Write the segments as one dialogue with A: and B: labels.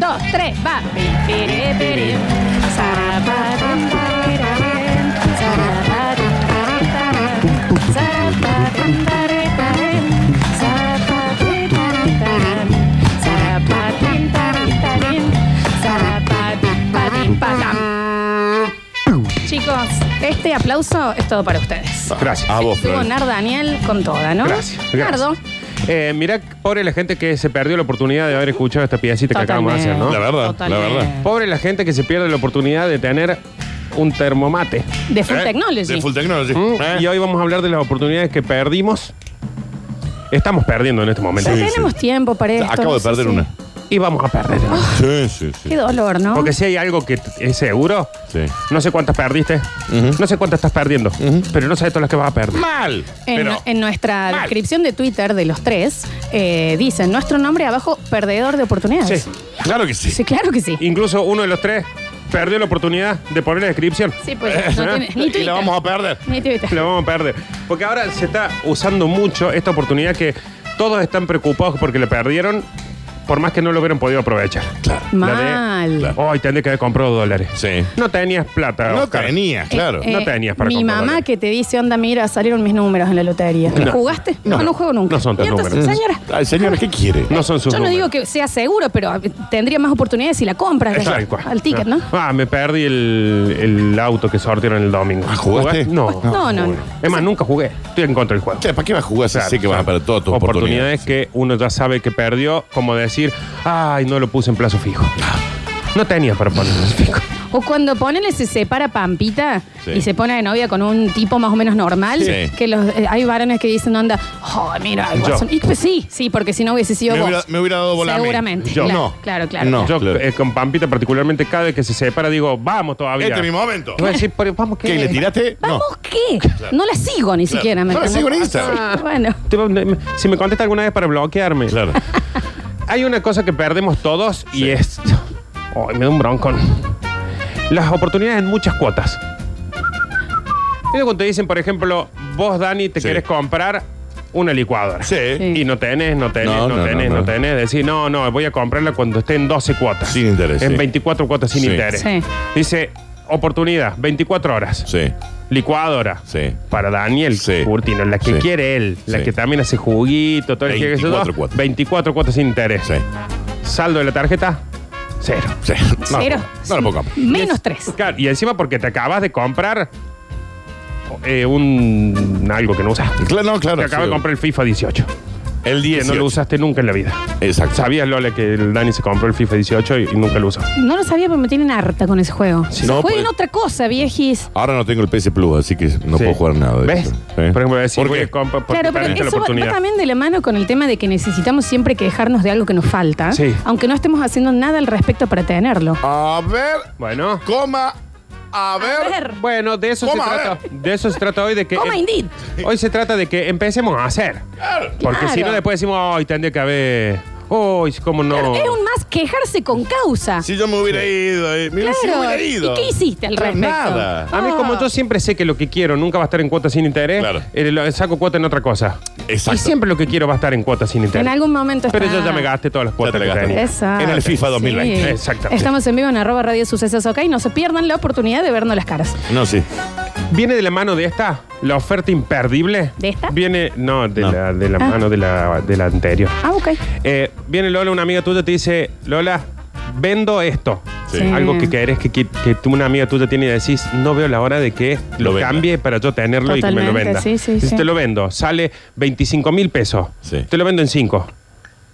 A: dos, tres, va. Chicos, este aplauso es todo para ustedes.
B: Gracias.
C: A vos,
A: Estuvo
C: Flor.
A: Nar Daniel con toda, ¿no?
B: Gracias, gracias.
A: Nardo,
B: Eh, mirá, pobre la gente que se perdió la oportunidad de haber escuchado esta piecita que acabamos de
A: totalmente.
B: hacer, ¿no?
C: La verdad, la
A: Totalmente.
C: verdad.
B: Pobre la gente que se pierde la oportunidad de tener un termomate.
A: De Full
C: ¿Eh?
A: Technology.
C: De Full Technology.
B: ¿Mm?
C: ¿Eh?
B: Y hoy vamos a hablar de las oportunidades que perdimos. Estamos perdiendo en este momento.
A: Pero
C: Sí,
A: tenemos tiempo para esto.
C: Acabo
A: no
C: de
A: sé
C: perder
A: si-
C: una.
B: Y vamos a perder.
C: Sí, sí, sí.
A: Qué dolor, ¿no?
B: Porque si hay algo que t- es seguro,
C: Sí.
B: no sé cuántas perdiste, no sé cuántas estás perdiendo, pero no sabes todas las que vas a perder.
C: Mal.
A: En,
C: Pero
A: en nuestra
C: mal.
A: descripción de Twitter de los tres, eh, dicen nuestro nombre abajo, perdedor de oportunidades.
B: Sí.
C: claro que sí.
A: Sí, claro que sí.
B: Incluso uno de los tres perdió la oportunidad de poner la descripción. Eh.
A: Sí, pues no tiene, ni
C: y
A: Twitter.
C: la vamos a perder.
A: Ni Twitter.
B: Lo vamos a perder. Porque ahora se está usando mucho esta oportunidad que todos están preocupados porque la perdieron, por más que no lo hubieran podido aprovechar.
C: Claro.
A: Mal. Eh,
B: La de, Hoy tendré que haber comprado dólares.
C: Sí.
B: No tenías plata.
C: No
B: Oscar.
C: tenías, claro.
B: eh, no tenías para
A: Mi
B: comprar
A: mamá
B: dólares.
A: que te dice, onda, mira, salieron mis números en la lotería. ¿Jugaste? No, no, juego nunca.
B: no son tus
A: Y entonces,
B: números.
A: señora,
C: Ay, señora, ¿qué quiere?
B: No son sus
A: yo no digo que sea seguro, pero tendría más oportunidades si la compras de-
B: Exacto.
A: al ticket, ¿no?
B: Ah, me perdí el, el auto que sortieron el domingo.
C: Ah, ¿jugaste?
B: ¿Jugaste? No.
A: No, no, no.
C: bueno.
B: Es más, nunca jugué. Estoy en contra del juego.
C: Che, ¿Para qué vas a jugar si sé que vas a perder todas tus
B: oportunidades
C: oportunidades?
B: que uno ya sabe que perdió, como decir, ay, no lo puse en plazo fijo.
C: Ah.
B: No tenía para poner plazo fijo.
A: O cuando ponele se separa Pampita
C: Sí.
A: y se pone de novia con un tipo más o menos normal,
C: Sí.
A: que los, eh, hay varones que dicen, onda, oh, mira, el
B: Yo.
A: Watson". Y pues sí, sí, porque si no hubiese sido
C: Me
A: vos.
C: hubiera, me hubiera dado bola a mí.
A: Seguramente.
B: Yo.
A: claro,
C: No.
A: Claro, claro.
C: No.
B: Yo
C: Ah, claro.
B: eh, con Pampita particularmente, cada vez que se separa, digo, vamos todavía.
C: Este es mi momento.
B: Y voy a decir, pero vamos, ¿qué?
C: ¿Qué? ¿Le tiraste?
A: eh, ¿Vamos qué? No la sigo ni
C: Claro.
A: siquiera. ¿me
C: No la
A: entiendes?
C: sigo en Instagram.
A: Sí, Bueno.
B: Te va- me- Si me contesta alguna vez para bloquearme.
C: No. Claro.
B: Hay una cosa que perdemos todos y
C: Sí.
B: es... Ay, me da un broncón. Las oportunidades en muchas cuotas. Mira cuando te dicen, por ejemplo, vos, Dani, te
C: Sí.
B: querés comprar una licuadora.
C: Sí.
A: Sí.
B: Y no tenés, no tenés, no,
C: No, no,
B: tenés, no,
C: no, no.
B: tenés. Decís, no, no, voy a comprarla cuando esté en 12 cuotas.
C: Sin interés,
B: En
C: sí.
B: 24 cuotas sin
C: Sí.
B: interés.
A: Sí.
B: Dice, oportunidad, 24 horas.
C: Sí.
B: Licuadora.
C: Sí.
B: Para Daniel
C: Sí.
B: Curtino, la que
C: Sí.
B: quiere él, la
C: Sí.
B: que también hace juguito, todo el que
C: 24 cuotas.
B: 24 cuotas sin interés.
C: Sí.
B: Saldo de la tarjeta, cero.
C: Sí. No,
A: Cero.
C: No lo puedo comprar.
A: Menos tres.
B: Claro, y encima porque te acabas de comprar eh, un algo que no usas.
C: Claro, no, claro.
B: Te acabas
C: sí.
B: de comprar el FIFA 18,
C: El
B: que
C: 10.
B: no lo usaste nunca en la vida.
C: Exacto.
B: ¿Sabías, Lola, que el Dani se compró el FIFA 18 y, y nunca lo usó?
A: No lo sabía, pero me tienen harta con ese juego.
C: Sí,
A: Se
C: no,
A: jueguen
C: pues-
A: otra cosa, viejis.
C: Ahora no tengo el PS Plus, así que no
B: Sí.
C: puedo jugar nada. de
B: ¿Ves?
C: esto.
B: Por
C: ¿Eh?
B: ejemplo, decir,
C: ¿Por
B: voy
C: qué?
B: a comprar porque
A: Claro, pero
B: perdiste la
A: eso va, va
B: oportunidad.
A: también de la mano con el tema de que necesitamos siempre quejarnos de algo que nos falta,
B: Sí.
A: aunque no estemos haciendo nada al respecto para tenerlo.
C: A ver,
B: Bueno.
C: coma, a ver.
A: ver.
B: Bueno, de eso se
C: Coma, eh. a
B: trata. De eso se trata hoy de que.
A: Coma
B: em-
A: indeed.
B: Hoy se trata de que empecemos a hacer.
C: Claro.
B: Porque si no
A: Claro.
B: después decimos, ay, tendría que haber. Uy, cómo no.
A: Claro, es un más quejarse con causa.
C: Si yo me hubiera ido, eh, mira, si me
A: Claro.
C: hubiera ido.
A: ¿Y qué hiciste al
C: Claro,
A: respecto?
C: Nada.
B: A mí, como yo siempre sé que lo que quiero nunca va a estar en cuota sin interés,
C: Claro.
B: eh, lo- saco cuota en otra cosa.
C: Exacto.
B: Y siempre lo que quiero va a estar en cuota sin interés.
A: En algún momento
B: Pero
A: está.
B: yo ya me gasté todas las
C: te
B: cuotas
C: la
B: que
C: gastaste.
B: tenía.
A: Exacto.
C: En el FIFA 2020.
A: Sí.
B: Exactamente.
A: Estamos en vivo en arroba radio sucesos, ok. No se pierdan la oportunidad de vernos las caras.
C: No, sí.
B: ¿Viene de la mano de esta? ¿La oferta imperdible?
A: ¿De esta?
B: Viene, no, de
C: No.
B: la, de la
A: Ah.
B: mano de la, de la anterior.
A: Ah, ok.
B: Eh, viene Lola, una amiga tuya, te dice, Lola, vendo esto.
C: Sí.
A: Sí.
B: Algo que querés que, que, que tú, una amiga tuya tiene y decís, no veo la hora de que
C: Lo
B: lo,
C: venda.
B: cambie para yo tenerlo y que me lo
A: Totalmente,
B: venda.
A: sí, sí,
B: Dices,
A: sí.
B: Te lo vendo, sale 25 mil pesos.
C: Sí.
B: Te lo vendo en 5.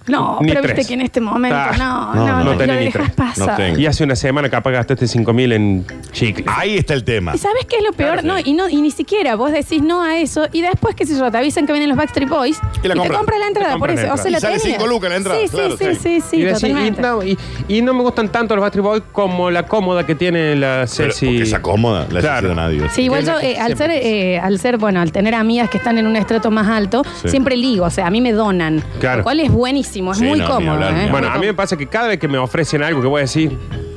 A: No,
B: Ni
A: pero
B: tres.
A: viste que en este momento
B: Ah,
A: no,
C: no,
A: no,
C: no.
A: no,
C: No
A: te lo
B: tenés ni
A: dejas
B: tres.
A: pasar.
C: No tengo.
B: Y hace una semana capaz gastaste 5 mil en chicle.
C: Ahí está el tema.
A: ¿Y sabes qué es lo peor?
C: Claro,
A: no,
C: sí.
A: y no, y ni siquiera vos decís no a eso, y después que se yo, te avisan que vienen los Backstreet Boys
C: Y la
A: te
C: compras.
A: compras la entrada
B: Te
A: por
B: compras
A: eso.
B: la
A: O sea,
B: entrada.
A: la
C: Y sale
A: tenías.
C: cinco lucas la entrada,
A: Sí,
C: claro,
A: sí, sí,
C: sí.
A: sí, sí,
B: y, decís, y,
A: totalmente.
B: no, y- y no me gustan tanto los Backstreet Boys como la cómoda que tiene la
C: Pero,
B: Ceci.
C: Porque se acomoda la
B: Claro.
C: claro. de nadie.
A: Sí, igual yo, eh, al, ser, eh, al ser, bueno, al tener amigas que están en un estrato más alto,
C: Sí.
A: siempre ligo, o sea, a mí me donan.
B: Claro.
A: Lo cual es buenísimo, es
C: Sí,
A: muy
C: no, ni
A: cómodo.
C: hablar,
A: ¿eh?
C: ni
B: Bueno,
A: Muy
B: a mí me pasa que cada vez que me ofrecen algo que voy a decir,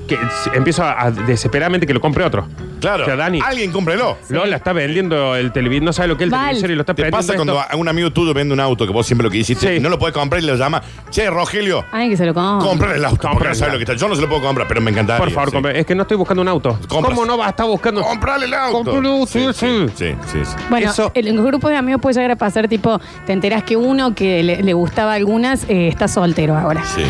B: que s- empiezo a, a desesperadamente que lo compre otro.
C: Claro.
B: O sea, Dani,
C: Alguien cómprelo.
B: Lola está vendiendo el televisor, no sabe lo que es el
A: Mal.
B: televisor y lo está
C: Te
B: vendiendo.
C: pasa
B: esto.
C: cuando a un amigo tuyo vende un auto que vos siempre lo que hiciste
B: Sí.
C: y no lo podés comprar y le llama, che, Rogelio,
A: Ay, que se lo compre.
C: comprar el auto. porque
B: Comprar
C: no
B: el
C: sabe lo que está. Yo no se lo puedo comprar, pero me encantaría.
B: Por favor,
C: sí.
B: compre- es que no estoy buscando un auto.
C: Compras.
B: ¿Cómo no va a estar buscando?
C: Comprar el auto.
B: Compralo, sí, sí.
C: Sí, sí, sí.
A: Bueno,
B: Eso-
A: el, el grupo de amigos puede llegar a pasar tipo, te enterás que uno que le, le gustaba a algunas eh, está soltero ahora.
C: Sí.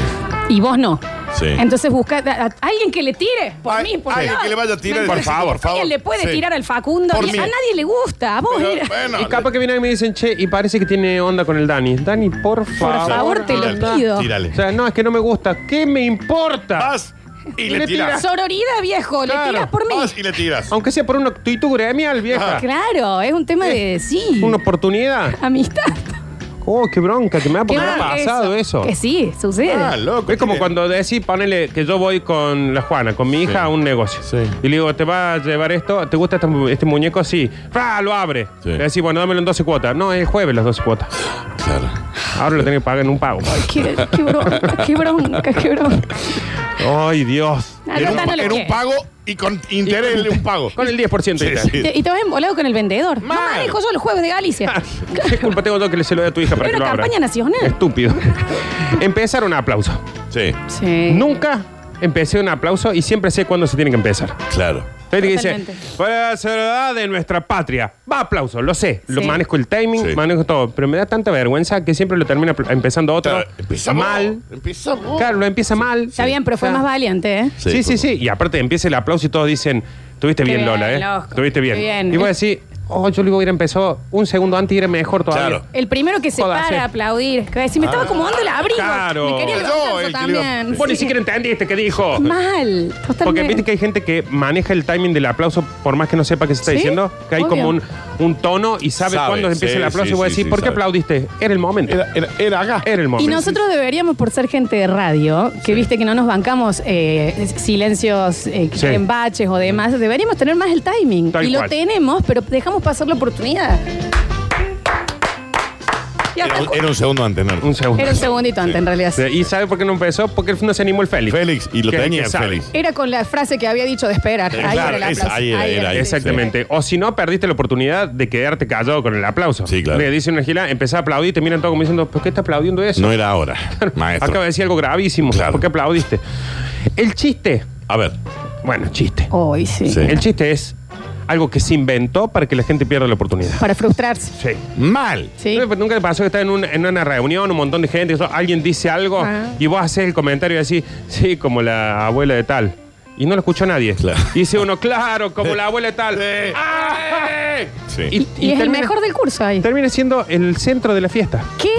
A: Y vos no.
C: Sí.
A: Entonces busca a, a alguien que le tire por
C: Ay,
A: mí, por
C: alguien
A: favor.
C: que le vaya a tirar,
A: ¿Me
C: por
A: entendés?
C: favor, por favor.
A: Alguien le puede
C: Sí.
A: tirar al Facundo.
C: Por
A: Y
C: mí.
A: a nadie le gusta. A vos,
C: Pero,
A: era.
C: bueno,
B: Y capaz que vienen y me dicen, che, y parece que tiene onda con el Dani. Dani, por favor.
A: favor, te lo
B: anda.
A: pido.
C: Tírale.
B: O sea, no, es que no me gusta. ¿Qué me importa?
C: Vas y
B: le
C: le tiras.
A: Sororidad, viejo.
B: Claro,
A: le tiras por mí.
C: eh. Vas y le tiras.
B: Aunque sea por una actitud gremial, vieja.
C: Ah.
A: Claro, es un tema de sí.
B: Una oportunidad.
A: Amistad.
B: Oh, qué bronca, que me ha, porque me ha
A: Claro,
B: pasado eso.
A: Que sí, sucede.
C: Ah, loco.
B: Es como
C: tiene-
B: cuando decís, ponele que yo voy con la Juana, con mi hija a un negocio.
C: Sí.
B: Y le digo, ¿te va a llevar esto? ¿Te gusta este, mu- este muñeco? Sí. ¡Fra! Lo abre.
C: Sí.
B: Le decís, bueno, dámelo en 12 cuotas. No, es jueves las 12 cuotas.
C: Claro.
B: Ahora lo tenés que pagar en un pago.
A: Qué, qué bronca, qué bronca, qué bronca.
B: ¡Ay, Dios!
A: Ah,
C: Era
A: no,
C: un,
A: no lo
C: era un
A: quiere.
C: pago y con interés de un pago.
B: Con el 10% de
C: Sí,
B: interés.
C: sí.
A: Y te vas embolado con el vendedor.
B: Mal.
A: Mamá dijo yo los jueves de Galicia.
B: ¿Qué culpa tengo yo que se lo dé a tu hija para
A: Pero
B: que lo
A: una
B: abra?
A: campaña nacional.
B: Estúpido. Empezar un aplauso.
C: Sí,
A: Sí.
B: Nunca empecé un aplauso y siempre sé cuándo se tiene que empezar.
C: claro.
B: Hay alguien que dice,
A: Totalmente.
B: para la seguridad de nuestra patria. Va aplauso, lo sé. Lo
A: Sí.
B: manejo el timing,
C: Sí.
B: manejo todo. Pero me da tanta vergüenza que siempre lo termina pl- empezando otro.
C: Claro, empieza
B: mal.
C: vos, Empieza vos.
B: Claro, lo empieza mal.
A: Está bien, pero fue
B: O sea,
A: más valiente, ¿eh?
B: Sí, sí, sí, Y aparte empieza el aplauso y todos dicen, tuviste
A: Qué
B: bien,
A: bien,
B: Lola, ¿eh?
A: loco,
B: Tuviste bien.
A: qué bien.
B: Y vos decís, oh, yo luego hubiera empezado un segundo antes y era mejor todavía.
C: Claro.
A: El primero que se
B: Joda, sí. Ah.
A: para a aplaudir. Que si me estaba acomodando el abrigo.
B: Claro.
A: Me quería
B: Yo,
A: levantar yo
C: el que le iba-
A: también.
B: Vos ni
A: Sí.
B: siquiera entendiste qué dijo.
A: Mal. Totalmente.
B: Porque viste que hay gente que maneja el timing del aplauso por más que no sepa qué se está
A: Sí,
B: diciendo, que hay
A: obvio.
B: como un, un tono y sabe,
C: Sabe,
B: cuándo empieza
C: sí,
B: el aplauso
C: sí,
B: y vos
C: sí,
B: decís,
C: sí,
B: ¿por qué
C: sabe.
B: aplaudiste? Era el momento. Era,
C: Era, era, era acá.
B: el
A: Y
B: momento.
A: nosotros deberíamos, por ser gente de radio, que viste que no nos bancamos eh, silencios eh,
B: Sí.
A: en baches o demás, deberíamos tener más el timing.
B: Tal
A: y
B: cual.
A: lo tenemos, pero dejamos pasar la oportunidad. Y
C: Era,
A: hasta-
C: un- era un segundo antes, ¿no?
B: Un segundo.
A: era un segundito antes, en realidad. sí.
B: ¿Y sabe por qué no empezó? Porque no se animó el Félix.
C: Félix, y lo
B: Que-
C: tenía
B: que sabe.
C: Félix.
A: Era con la frase que había dicho de esperar.
C: Eh,
A: Ahí
C: claro,
A: era el
C: esa,
A: aplauso.
C: ahí era, era,
A: sí,
C: ahí,
B: Exactamente. O si no, perdiste la oportunidad de quedarte callado con el aplauso.
C: Sí, claro.
B: Le dice una gila, empezá a aplaudir y te miran todo como diciendo, ¿por qué está aplaudiendo eso?
C: No era ahora, maestro.
B: Acaba de decir algo gravísimo.
C: Claro.
B: ¿Por qué aplaudiste? El chiste,
C: A ver.
B: bueno, chiste.
A: Hoy sí.
C: Sí.
B: El chiste es algo que se inventó para que la gente pierda la oportunidad.
A: Para frustrarse.
B: Sí.
C: Mal.
A: Sí.
B: ¿Nunca- Nunca te pasó que estás en, un- en una reunión, un montón de gente, eso, alguien dice algo
A: Ah.
B: y vos haces el comentario y decís, sí, como la abuela de tal. Y no lo escuchó nadie.
C: Claro.
B: Y dice uno, claro, como la abuela de tal.
C: Sí.
B: ¡Ah!
C: Sí.
A: Y, y es el
B: termina-
A: mejor del curso ahí.
B: Termina siendo el centro de la fiesta.
A: Qué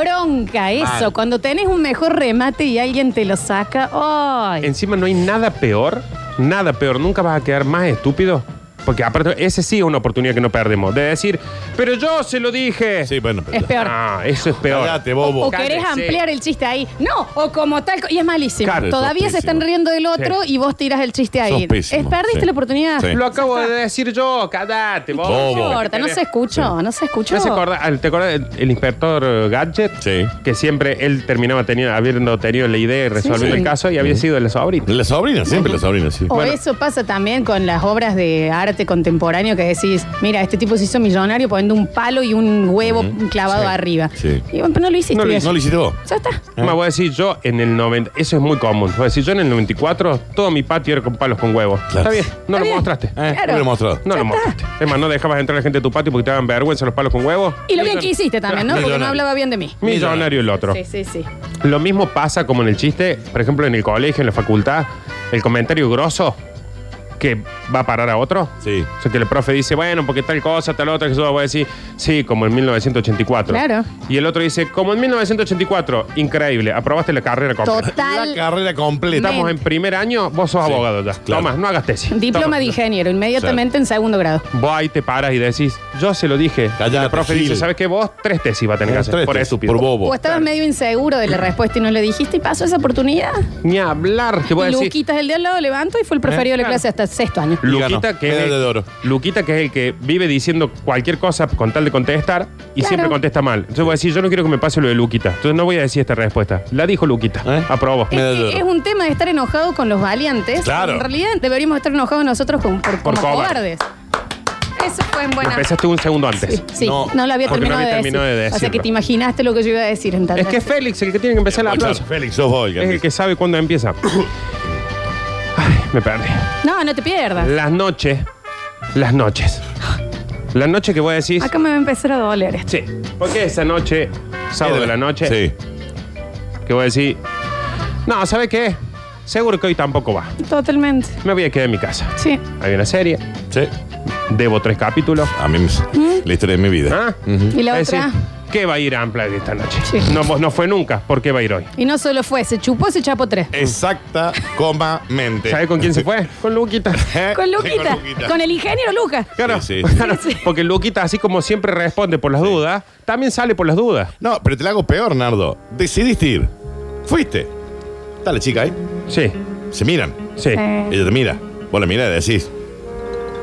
A: bronca eso.
C: Mal.
A: Cuando tenés un mejor remate y alguien te lo saca. ¡Ay!
B: Encima no hay nada peor, nada peor. Nunca vas a quedar más estúpido. Porque aparte, ese sí es una oportunidad que no perdemos. De decir, pero yo se lo dije.
C: Sí, bueno, pero.
A: Es peor.
B: Ah, eso es peor.
C: Cállate,
A: O
C: bobo.
B: Cállese.
A: querés ampliar el chiste ahí. No, o como tal. co- Y es malísimo.
B: Claro,
A: Todavía
C: sos
A: se están
C: pésimo.
A: riendo del otro y vos tiras el chiste ahí.
C: Sos pésimo,
A: Es- perdiste
C: sí.
A: la oportunidad.
C: Sí.
B: Lo acabo de decir yo, cállate, vos.
A: No
C: Bobo.
A: importa, no se escuchó, no se escuchó.
B: ¿No se acuerda- al- ¿Te acuerdas del el inspector eh, Gadget?
C: Sí.
B: Que siempre él terminaba teniendo, habiendo tenido la idea de resolver
A: Sí.
B: el caso y había sido el sobrino.
C: La sobrina, siempre la sobrina, sí.
A: O
B: Bueno.
A: eso pasa también con las obras de arte contemporáneo que decís, mira, este tipo se hizo millonario poniendo un palo y un huevo clavado arriba.
C: Sí.
A: Y bueno, pero no lo hiciste.
B: No lo
A: viejo.
C: No lo hiciste vos.
A: Ya está.
C: Ah.
B: Me voy a decir yo en el 90, eso es muy común. Voy a decir yo en el 94, todo mi patio era con palos con huevos. Está
C: Claro.
B: bien, no
A: Está
B: lo
A: bien.
B: mostraste.
C: Eh,
A: Claro.
C: no lo mostrado.
B: No lo mostraste. Es más, no dejabas entrar a la gente de tu patio porque te daban vergüenza los palos con huevos.
A: Y lo bien que hiciste también, ¿no? Porque no
C: Millonario.
A: hablaba bien de mí.
B: Millonario el otro.
A: Sí, sí, sí.
B: Lo mismo pasa como en el chiste, por ejemplo, en el colegio, en la facultad, el comentario grosso que va a parar a otro.
C: Sí.
B: O sea, que el profe dice, bueno, porque tal cosa, tal otra, que yo voy a decir, sí, como en 1984.
A: Claro.
B: Y el otro dice, como en 1984, increíble, aprobaste la carrera completa.
C: La
A: Total.
C: carrera completa.
B: Estamos en primer año, vos sos
C: Sí,
B: abogado ya.
C: claro.
B: Tomás, no hagas tesis.
A: Diploma
B: Toma.
A: de ingeniero, inmediatamente en segundo grado.
B: Vos ahí te paras y decís, yo se lo dije.
C: Cállate,
B: el profe
C: Gil.
B: dice, ¿sabes qué? Vos tres tesis va a tener que hacer.
C: Tres,
B: por
C: tres,
B: estúpido.
C: este, Por bobo.
A: O estabas medio inseguro de la respuesta y no le dijiste y pasó esa oportunidad.
B: Ni hablar, te voy a
A: Y
B: decir.
A: Luquitas el de al lado levantó y fue el preferido de la
B: Claro.
A: clase hasta hasta sexto año.
C: Y
B: Luquita
C: ganó.
B: que, es
C: Medalla
B: el,
C: de oro.
B: Luquita, que es el que vive diciendo cualquier cosa con tal de contestar y
A: Claro.
B: siempre contesta mal. Entonces voy a decir, yo no quiero que me pase lo de Luquita. Entonces no voy a decir esta respuesta. La dijo Luquita.
C: ¿Eh?
B: Aprobó.
A: Es,
C: Medalla de
A: que
C: oro.
A: es un tema de estar enojado con los valientes.
C: Claro.
A: En realidad deberíamos estar enojados nosotros con, por,
B: Por
A: como
B: cobarde.
A: cobardes. Eso fue en buena.
B: Empezaste un segundo antes.
A: Sí, sí,
C: No,
A: no, lo había
B: porque no
A: terminado,
B: había
A: de,
B: terminado
A: decir.
B: de
A: O sea que
B: decirlo.
A: te imaginaste lo que yo iba a decir. ¿entendés?
B: Es que es Félix el que tiene que empezar el aplauso.
C: Félix, sos vos,
B: Es el que sabe cuándo empieza. Ay, me perdí.
A: No, no te pierdas.
B: Las noches. Las noches. La noche que voy a decir.
A: Acá me va a empezar a doler esto.
B: Sí. Porque esa noche, sábado de la noche,
C: Sí.
B: que voy a decir. No, ¿sabe qué? Seguro que hoy tampoco va.
A: Totalmente.
B: Me voy a quedar en mi casa.
A: Sí.
B: Hay una serie.
C: Sí.
B: Debo tres capítulos.
C: A mí
A: ¿Mm?
C: me- la historia de mi vida.
B: ¿Ah?
A: Y la
B: Es
A: otra.
B: decir, ¿Qué va a ir a Amplague esta noche?
A: Sí.
B: No, vos no fue nunca. ¿Por qué va a ir hoy?
A: Y no solo fue, se chupó, se chapó tres.
C: Exacta, coma, mente.
B: ¿Sabes con quién se fue? Con Luquita.
C: ¿Eh?
A: Con Luquita,
C: Sí, con Luquita.
A: con el ingeniero Lucas.
B: Claro,
C: Sí, sí, sí.
B: claro, porque Luquita, así como siempre responde por las dudas, también sale por las dudas.
C: No, pero te la hago peor, Nardo. Decidiste ir. Fuiste. Está la chica ahí.
B: Sí,
C: Se miran.
B: sí.
A: Eh,
C: Ella te mira. Vos la mirás y decís.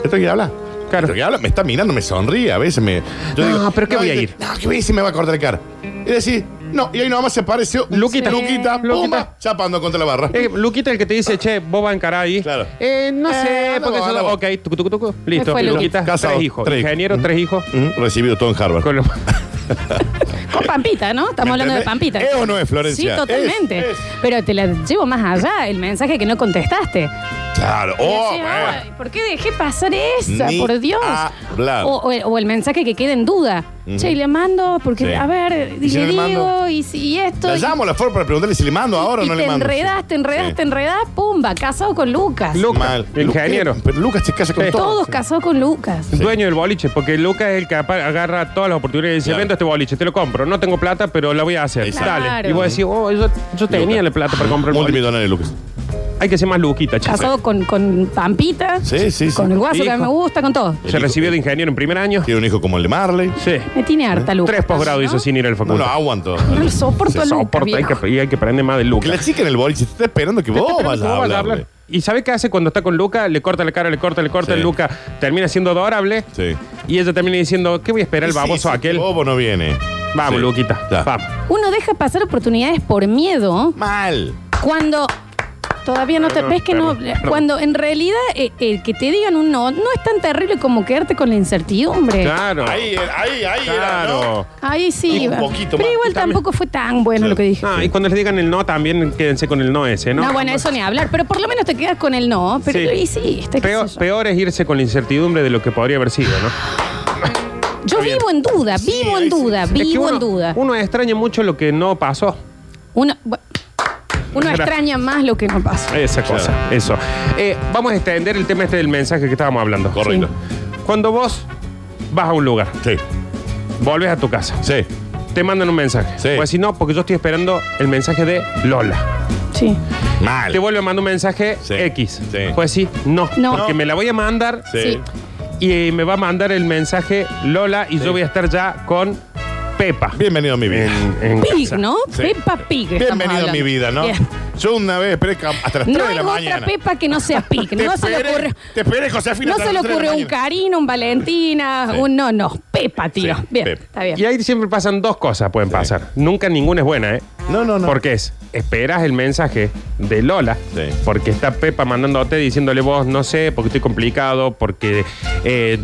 C: ¿Esto que habla?
B: Claro.
C: ¿Esto que habla? Me está mirando, me sonríe. A veces me. yo
B: No, pero ¿qué voy a
C: y-
B: ir?
C: No, ¿qué voy a ir si me va a cortar el cara? Y decís, no, y ahí nomás se apareció.
B: Luquita.
C: Luquita,
B: Sí.
C: pumba,
B: Luquita.
C: chapando contra la barra.
B: Eh, Luquita el que te dice, che, vos vas a encarar ahí.
C: Claro.
B: Eh, no
C: Eh,
B: sé,
C: anda
B: porque
C: vos,
B: eso
C: anda
B: lo-
C: vos.
B: Ok, tucu, tucu, tucu. Listo.
A: fue Luquita.
B: Luquita,
C: Casado,
B: tres hijos.
C: tres hijos.
B: Ingeniero, tres hijos.
C: Ujú, Recibido todo en Harvard.
B: Con lo-
A: Con Pampita, ¿no? Estamos
C: ¿Me
A: hablando de
C: entendés?
A: Pampita.
C: ¿Es o no es, Florencia?
A: Sí, totalmente.
C: Es, es.
A: Pero te la llevo más allá, el mensaje que no contestaste.
C: Claro.
A: Y
C: Oh,
A: decís,
C: bueno.
A: "Ay, ¿Por qué dejé pasar esa?
C: Ni
A: por Dios.
C: hablar.
A: O, o el- o el mensaje que queda en duda. Che, y le mando, porque,
C: Sí.
A: a ver,
C: ¿Y si
A: le
C: no le
A: digo,
C: mando?
A: y, si, y esto.
C: La
A: y-
C: llamo a la Ford para preguntarle si le mando ahora o
A: y
C: no
A: te
C: le mando.
A: enredás, te enredás,
C: Sí.
A: te enredás, pumba, casado con Lucas.
B: Lu- Lucas,
C: Mal.
B: ingeniero.
C: Pero Lucas se casa con
B: Sí.
A: Todos casados con Lucas.
B: Dueño del boliche, porque Lucas es el que apa- agarra todas las oportunidades y dice,
C: Claro.
B: vendo este boliche, te lo compro. No tengo plata, pero la voy a hacer.
C: Exacto.
B: Dale.
A: Claro.
B: Y vos decís, oh, yo, yo tenía
C: Lucas.
B: la plata para comprar el boliche.
C: Multimillonario Lucas.
B: Hay que ser más Luquita, chicos.
A: Casado con, con Pampita.
C: Sí, sí, sí.
A: Con el guaso que a
B: Hijo.
A: mí me gusta, con todo.
B: Se recibió de ingeniero en primer año.
C: Tiene un hijo como el de Marley.
B: Sí.
A: Me tiene harta Lucas.
B: Tres posgrados
A: ¿no?
B: hizo sin ir al
C: No lo
B: facultad.
C: aguanto.
A: No lo soporto a
B: Se
A: Lucas.
B: soporta, hay
A: viejo.
B: que, y hay que aprender más de
C: Que la
B: Lucas.
C: chica en el boliche te está esperando que vos
B: Espera,
C: vayas
B: ¿cómo
C: a
B: vas a hablar?
C: hablar.
B: ¿Y sabe qué hace cuando está con Luca? Le corta la cara, le corta, le corta,
C: Sí.
B: Luca termina siendo adorable.
C: Sí.
B: Y ella termina diciendo, ¿qué voy a esperar el baboso aquel?
C: Bobo no viene.
B: Vamos,
C: Sí.
B: Luquita.
C: Ya.
B: Vamos.
A: Uno deja pasar oportunidades por miedo
C: Mal.
A: cuando todavía no te
B: Perdón,
A: ves que no
B: perdón, perdón.
A: cuando en realidad eh, el que te digan un no no es tan terrible como quedarte con la incertidumbre.
B: Claro.
C: Ahí, era, ahí, ahí era, ¿no?
B: claro.
A: Ahí sí.
C: Y un
A: va.
C: poquito
A: Pero
C: más.
A: igual
B: Y también-
A: tampoco fue tan bueno
C: Sí.
A: lo que dije.
B: Ah, y cuando les digan el no, también quédense con el no ese, ¿no?
A: No, bueno, eso ni hablar, pero por lo menos te quedas con el no, pero
B: Sí.
A: y sí, está este qué
B: Peor,
A: sé yo.
B: peor es irse con la incertidumbre de lo que podría haber sido, ¿no?
A: Yo vivo en duda,
C: Sí,
A: vivo
C: ahí
A: en
C: sí,
A: duda,
B: Es que
A: vivo
B: uno-
A: en duda.
B: Uno extraña mucho lo que no pasó.
A: Uno, bu- uno
B: Espera.
A: extraña más lo que no
C: Eh,
A: pasa.
B: Esa cosa, eso. Eh, vamos a extender el tema este del mensaje que estábamos hablando.
C: Correcto.
B: Cuando vos vas a un lugar,
C: Sí.
B: volvés a tu casa,
C: Sí.
B: te mandan un mensaje.
C: Sí.
B: Pues si no, porque yo estoy esperando el mensaje de Lola.
A: Sí.
C: Mal.
B: Te vuelve a mandar un mensaje
C: Sí.
B: X.
C: Sí.
B: Pues sí, no,
A: No.
B: Porque me la voy a mandar
C: Sí.
A: Sí.
B: y me va a mandar el mensaje Lola y
C: Sí.
B: yo voy a estar ya con Pepa.
C: Bienvenido a mi vida.
B: En, en
A: Pig,
B: casa.
A: ¿no?
C: Sí.
A: Peppa Pig. estamos
C: Bienvenido a mi
A: hablando.
C: vida, ¿no?
A: Bien.
C: Yo una vez esperé ca- hasta las 3
A: No
C: de
A: hay
C: la
A: otra
C: mañana.
A: Pepa que no sea Pig. No
C: Te
A: se le
C: esperé-
A: ocurre.
C: Te esperé, Josefina.
A: No
C: hasta
A: se le
C: las 3 de
A: ocurre
C: la
A: un
C: mañana.
A: Karina, un Valentina,
C: Sí.
A: un no, no. Pepa, tío.
C: Sí,
A: Bien,
C: Pepa.
A: está bien.
B: Y ahí siempre pasan dos cosas, pueden
C: Sí.
B: pasar. Nunca ninguna es buena, ¿eh?
C: No, no, no.
B: Porque es, esperas el mensaje de Lola,
C: Sí.
B: porque está Pepa mandándote diciéndole vos, no sé, porque estoy complicado, porque eh,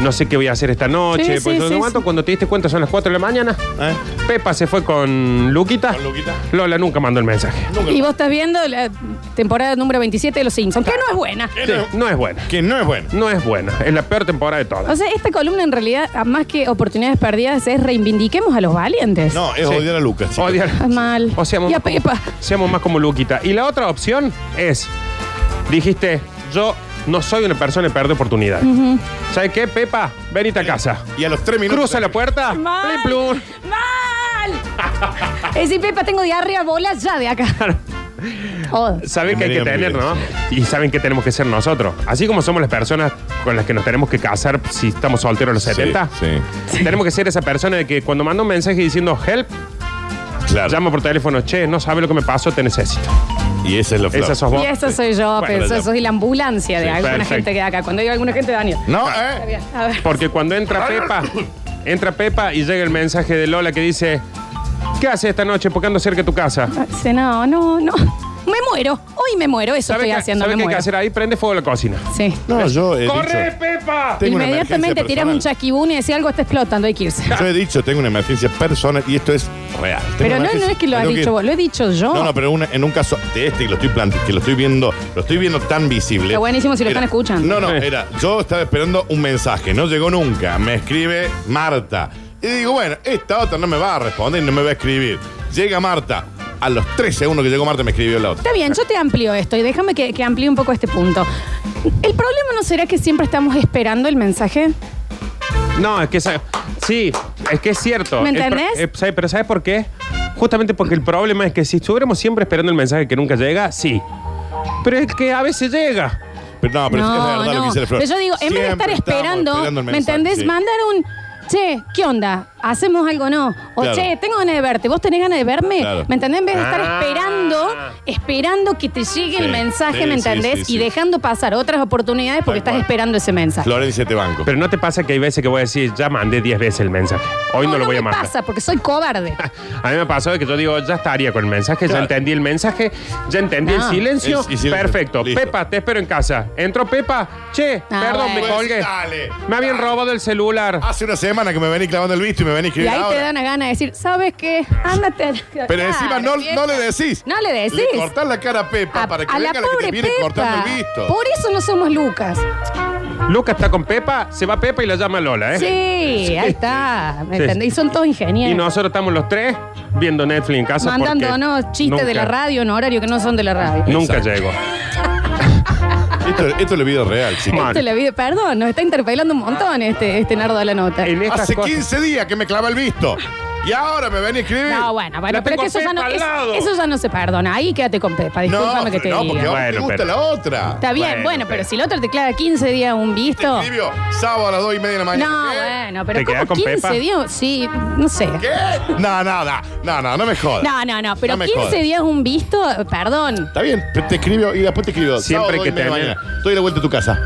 B: no sé qué voy a hacer esta noche.
A: Sí,
B: porque
A: sí,
B: no sé
A: sí,
B: cuánto.
A: sí.
B: Cuando te diste cuenta son las 4 de la mañana,
C: ¿Eh?
B: Pepa se fue con Luquita.
C: Con Luquita.
B: Lola nunca mandó el mensaje.
C: Nunca-
A: Y vos estás viendo la temporada número 27 de Los Simpsons, que no es buena.
C: Que
B: Sí,
C: no-
B: no es buena.
C: Que no es bueno.
B: No es buena. Es la peor temporada de todas.
A: O sea, esta columna en realidad, a más que oportunidades perdidas, es reivindiquemos a los valientes.
C: No, es
B: Sí.
C: odiar a Lucas. chicos.
B: Odiar.
A: Es mal.
B: O seamos,
A: y a
B: más como-
A: Pepa.
B: seamos más como Luquita. Y la otra opción es, dijiste, yo no soy una persona que pierde oportunidad. ¿Sabes qué, Pepa? Venite a casa.
C: Y a los 3 minutos.
B: Cruza la puerta.
A: Mal.
B: Plim, plum.
A: ¡Mal! Es decir, Pepa, tengo diarrea, bola ya de acá. Oh,
B: Saben que hay que
C: Bienvenido,
B: tener, ¿no? Y saben que tenemos que ser nosotros. Así como somos las personas con las que nos tenemos que casar si estamos solteros a los
C: Sí,
B: 70,
C: Sí,
B: tenemos que ser esa persona de que cuando manda un mensaje diciendo help,
C: claro.
B: llama por teléfono, che, no sabe lo que me pasó, te necesito.
C: Y esa es la flor.
B: Esa sos vos.
A: Y eso soy yo,
B: Bueno,
A: pero
C: ya.
A: eso soy la ambulancia de
B: Sí,
A: alguna
B: perfecto.
A: gente que da acá. Cuando digo alguna gente, Daniel.
C: No,
A: Está
C: ¿eh?
A: bien, a ver.
B: Porque cuando entra Pepa, entra Pepa y llega el mensaje de Lola que dice: ¿Qué haces esta noche? ¿Por qué ando cerca de tu casa?
A: Dice, no, no, no. Me muero. Hoy me muero. Eso
B: ¿Sabes
A: estoy
B: qué,
A: haciendo.
B: sabes
A: Me
B: qué hay que
A: muero.
B: hacer ahí? Prende fuego la cocina.
A: Sí.
C: No, yo he
B: ¡Corre,
C: dicho.
B: Pepa!
C: Tengo una
A: Inmediatamente
C: emergencia
A: tiras un
C: personal.
A: chasquibún y decís algo está explotando, hay que irse.
C: Yo he dicho, tengo una emergencia personal y esto es real. Tengo
A: Pero
C: una
A: no, no
C: emergencia-
A: es que lo has
C: tengo
A: dicho vos, lo he dicho yo.
C: No, no, pero una- en un caso de este que lo estoy planteando, que lo estoy viendo, lo estoy viendo tan visible.
A: Está buenísimo si lo están
C: Era-
A: escuchando.
C: No, no,
B: Sí.
C: era, yo estaba esperando un mensaje, no llegó nunca. Me escribe Marta. Y digo, bueno, esta otra no me va a responder, no me va a escribir. Llega Marta. A los tres segundos que llegó Marta me escribió la otra.
A: Está bien, yo te amplío esto y déjame que, que amplíe un poco este punto. ¿El problema no será que siempre estamos esperando el mensaje?
B: No, es que esa- sí, es que es cierto.
A: ¿Me
B: El pro-
A: entendés?
B: eh, ¿sabe- pero ¿sabes por qué? Justamente porque el problema es que si estuviéramos siempre esperando el mensaje que nunca llega, sí. Pero es que a veces llega.
C: Pero no, pero es
A: no,
C: verdad lo que
A: no.
C: dice la Flor.
A: Pero yo digo, en vez de estar
C: Siempre estamos
A: esperando,
C: el
A: ¿me
C: mensaje,
A: entendés?
C: sí.
A: Mandar un, che, ¿qué onda? ¿Hacemos algo o no? O
C: Claro.
A: che, tengo ganas de verte, ¿vos tenés ganas de verme?
C: Claro.
A: ¿Me entendés? En vez de estar
B: Ah.
A: esperando, esperando que te llegue
C: Sí,
A: el mensaje,
C: sí,
A: ¿me
C: sí,
A: entendés?
C: sí, sí.
A: Y dejando pasar otras oportunidades porque
C: Tal
A: estás
C: cual.
A: esperando ese mensaje.
C: Florencia te banco.
B: Pero no te pasa que hay veces que voy a decir, ya mandé 10 veces el mensaje. Hoy no, lo voy a
A: me
B: mandar.
A: pasa porque soy cobarde.
B: A mí me pasó de que yo digo, ya estaría con el mensaje,
C: Claro.
B: ya entendí el mensaje, ya entendí
A: No.
B: el silencio.
C: Es- y silencio.
B: Perfecto.
C: Listo.
B: Pepa, te espero en casa. Entró Pepa, che,
A: Ah,
B: perdón,
A: bueno.
B: me colgué.
C: Pues Dale,
B: me habían
C: dale. Ah.
B: robado el celular.
C: Hace una semana que me venís clavando el visto y me venís
A: Y
C: escribiendo
A: ahí te
C: ahora.
A: dan ganas de decir, ¿sabes qué? Ándate. a la-
C: Pero
A: Claro,
C: encima no,
A: vieja.
C: no le decís.
A: No le decís.
C: Le cortás la cara a Pepa
A: A,
C: para que
A: a la
C: venga la que
A: pobre
C: te viene
A: Pepa.
C: cortando el visto.
A: Por eso no somos Lucas.
B: Lucas está con Pepa, se va Pepa y la llama Lola, ¿eh?
A: Sí, ahí está. ¿Me
B: Sí.
A: entendés? Y son todos ingenieros.
B: Y nosotros estamos los tres viendo Netflix en casa. porque
A: Mandándonos chistes de la
B: nunca-
A: radio en horario que no son de la radio.
B: Nunca
C: Exacto.
B: llego.
C: Esto, esto es la vida real, chicos.
B: Man.
A: Esto Este le vi- Perdón, nos está interpelando un montón este, este nardo de la nota.
B: En estas
C: Hace
B: cosas-
C: 15 días que me clava el visto. Y ahora me ven a escribir.
A: No, bueno, bueno,
B: La
A: pero
B: tengo
A: que eso ya,
B: Pepa
A: no,
B: al
A: es-
B: lado.
A: eso ya no se perdona. Ahí quédate con Pepa, discúlpame
C: no,
A: que te
C: no,
A: diga.
C: porque ahora te
B: Bueno,
C: gusta
B: pero-
C: la otra.
A: Está bien,
B: Bueno,
A: bueno,
B: pero-
A: pero, si el otro te clava 15 días un
C: Te
A: visto.
C: escribió sábado a las 2 y media de la mañana.
A: No,
C: ¿Qué?
A: bueno,
B: ¿Te
A: pero
B: quedás
A: ¿cómo
B: con
A: 15
B: Pepa?
A: días? Sí, no sé.
C: ¿Qué? No, no, no, no, no, no me jodas.
A: No, no, no, pero
C: No me
A: 15
C: jodas.
A: días un visto, perdón.
C: Está bien, pero te escribió y después te escribió.
B: Siempre
C: sábado,
B: que
C: dos y media de
B: tenés-
C: la mañana. Estoy de la vuelta a tu casa.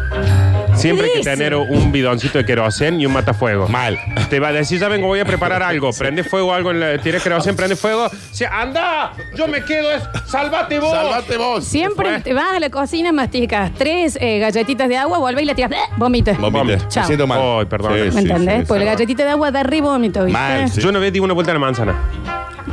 B: Siempre hay que
A: dice?
B: tener un bidoncito de querosén y un matafuego.
C: Mal.
B: Te va a decir, ya vengo, voy a preparar algo. Prende fuego algo, en la, tiré querosén, prende fuego. Sí, anda, yo me quedo, es, salvate vos.
C: Salvate vos.
B: Se
A: Siempre
B: fue.
A: te vas a la cocina, masticas tres eh, galletitas de agua, volvés y la tiras, vomitas. ¿Me
C: Vomité.
B: Vomite.
A: Chao.
C: Me siento mal.
B: Ay, perdón. ¿Me
A: entendés? Porque la
C: perdón.
A: galletita de agua da re vómito, ¿viste?
C: Mal, sí.
B: Yo una vez di una vuelta a la manzana.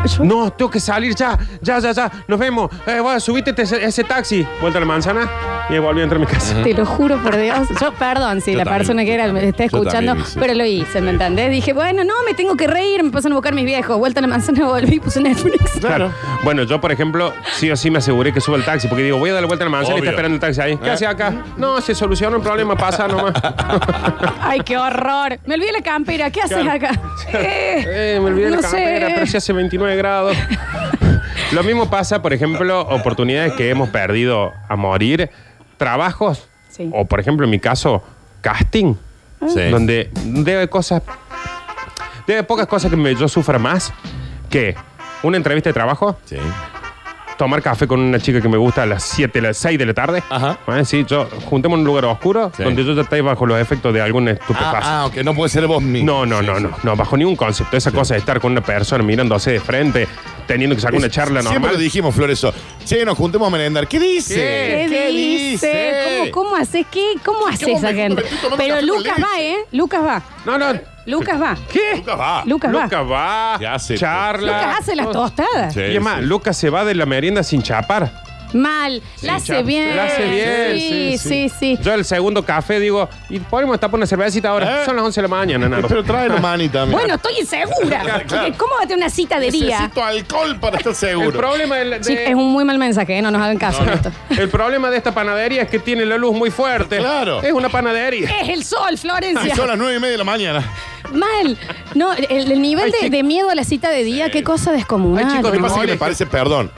A: Yo-
B: No, tengo que salir ya, ya, ya, ya. Nos vemos. Eh, va, subite te- ese, taxi. Vuelta a la manzana y volví a entrar a mi casa.
A: Te lo juro por Dios. Yo, perdón si
C: Yo
A: la
C: también.
A: persona que era me está
C: Yo
A: escuchando,
C: también hice.
A: pero lo hice, ¿me entendés? Dije, bueno, no, me tengo que reír, me pasan a buscar mis viejos. Vuelta a la manzana, volví y puse Netflix.
B: Claro. Bueno, yo, por ejemplo, sí o sí me aseguré que suba el taxi, porque digo, voy a dar la vuelta a la manzana y está
C: Obvio.
B: esperando el taxi ahí. ¿Qué
C: ¿Eh?
B: hace acá? No, se solucionó el problema, pasa nomás.
A: Ay, qué horror. Me olvidé la campera, ¿qué haces
B: Claro.
A: acá?
B: Eh, me olvidé
A: no
B: la campera,
A: sé.
B: pero si hace 29 grados. Lo mismo pasa, por ejemplo, oportunidades que hemos perdido a morir, trabajos,
A: Sí. Ah.
B: o por ejemplo, en mi caso, casting,
C: Sí.
B: donde debe cosas, debe pocas cosas que me, yo sufra más que una entrevista de trabajo,
C: Sí.
B: tomar café con una chica que me gusta a las 7, las 6 de la tarde.
C: Ajá.
B: Ah, Sí, yo, juntemos un lugar oscuro
C: Sí.
B: donde yo ya estoy bajo los efectos de algún estupefacto.
C: Ah, ah, ok, no puede ser vos mismo.
B: No, no,
C: Sí,
B: no,
C: sí.
B: no, no, bajo ningún concepto. Esa cosa de estar con una persona mirándose de frente, teniendo que sacar una charla
C: Siempre
B: normal.
C: lo dijimos, Floreso. Che, nos juntemos a merendar. ¿Qué dice?
B: ¿Qué?
A: ¿Qué, dice? ¿Cómo, cómo haces? ¿Qué? ¿Cómo haces
C: ¿Cómo me-
A: esa gente?
C: me estoy tomando
A: Pero
C: café con
A: Lucas
C: leche?
A: va, ¿eh? Lucas va.
B: No, no.
A: Lucas va.
B: ¿Qué?
C: Ah, Lucas va.
A: Lucas va.
B: Lucas Oh. va.
C: Ya sé, pues.
B: charla.
A: Lucas hace las tostadas.
C: Sí.
B: Y es más, Lucas se va de la merienda sin chapar.
A: Mal. la hace
C: chap-
A: bien.
B: La hace bien.
A: Sí, sí, sí.
B: Yo el segundo café digo, y podemos tapar una cervecita ahora.
C: ¿Eh?
B: Son las 11 de la mañana, Nardo.
C: Pero tráelo, Manny, también.
A: Bueno, estoy insegura.
C: Claro, claro.
A: ¿Cómo va a tener una cita de día?
C: Necesito alcohol para estar
B: el
C: seguro.
B: problema del- de,
A: Sí, es un muy mal mensaje, ¿eh? no nos hagan caso en esto.
B: el problema de esta panadería es que tiene la luz muy fuerte.
C: Claro.
B: Es una panadería.
A: Es el sol,
C: Y
A: Florencia.
C: son las nueve y media de la mañana.
A: Mal. No, el, el nivel
B: Ay,
A: de,
B: chico.
A: de miedo a la cita de día, qué cosa descomunal.
B: Ay, chicos,
C: Lo que
B: No,
C: pasa es que
B: es
C: me
B: que-
C: parece, perdón,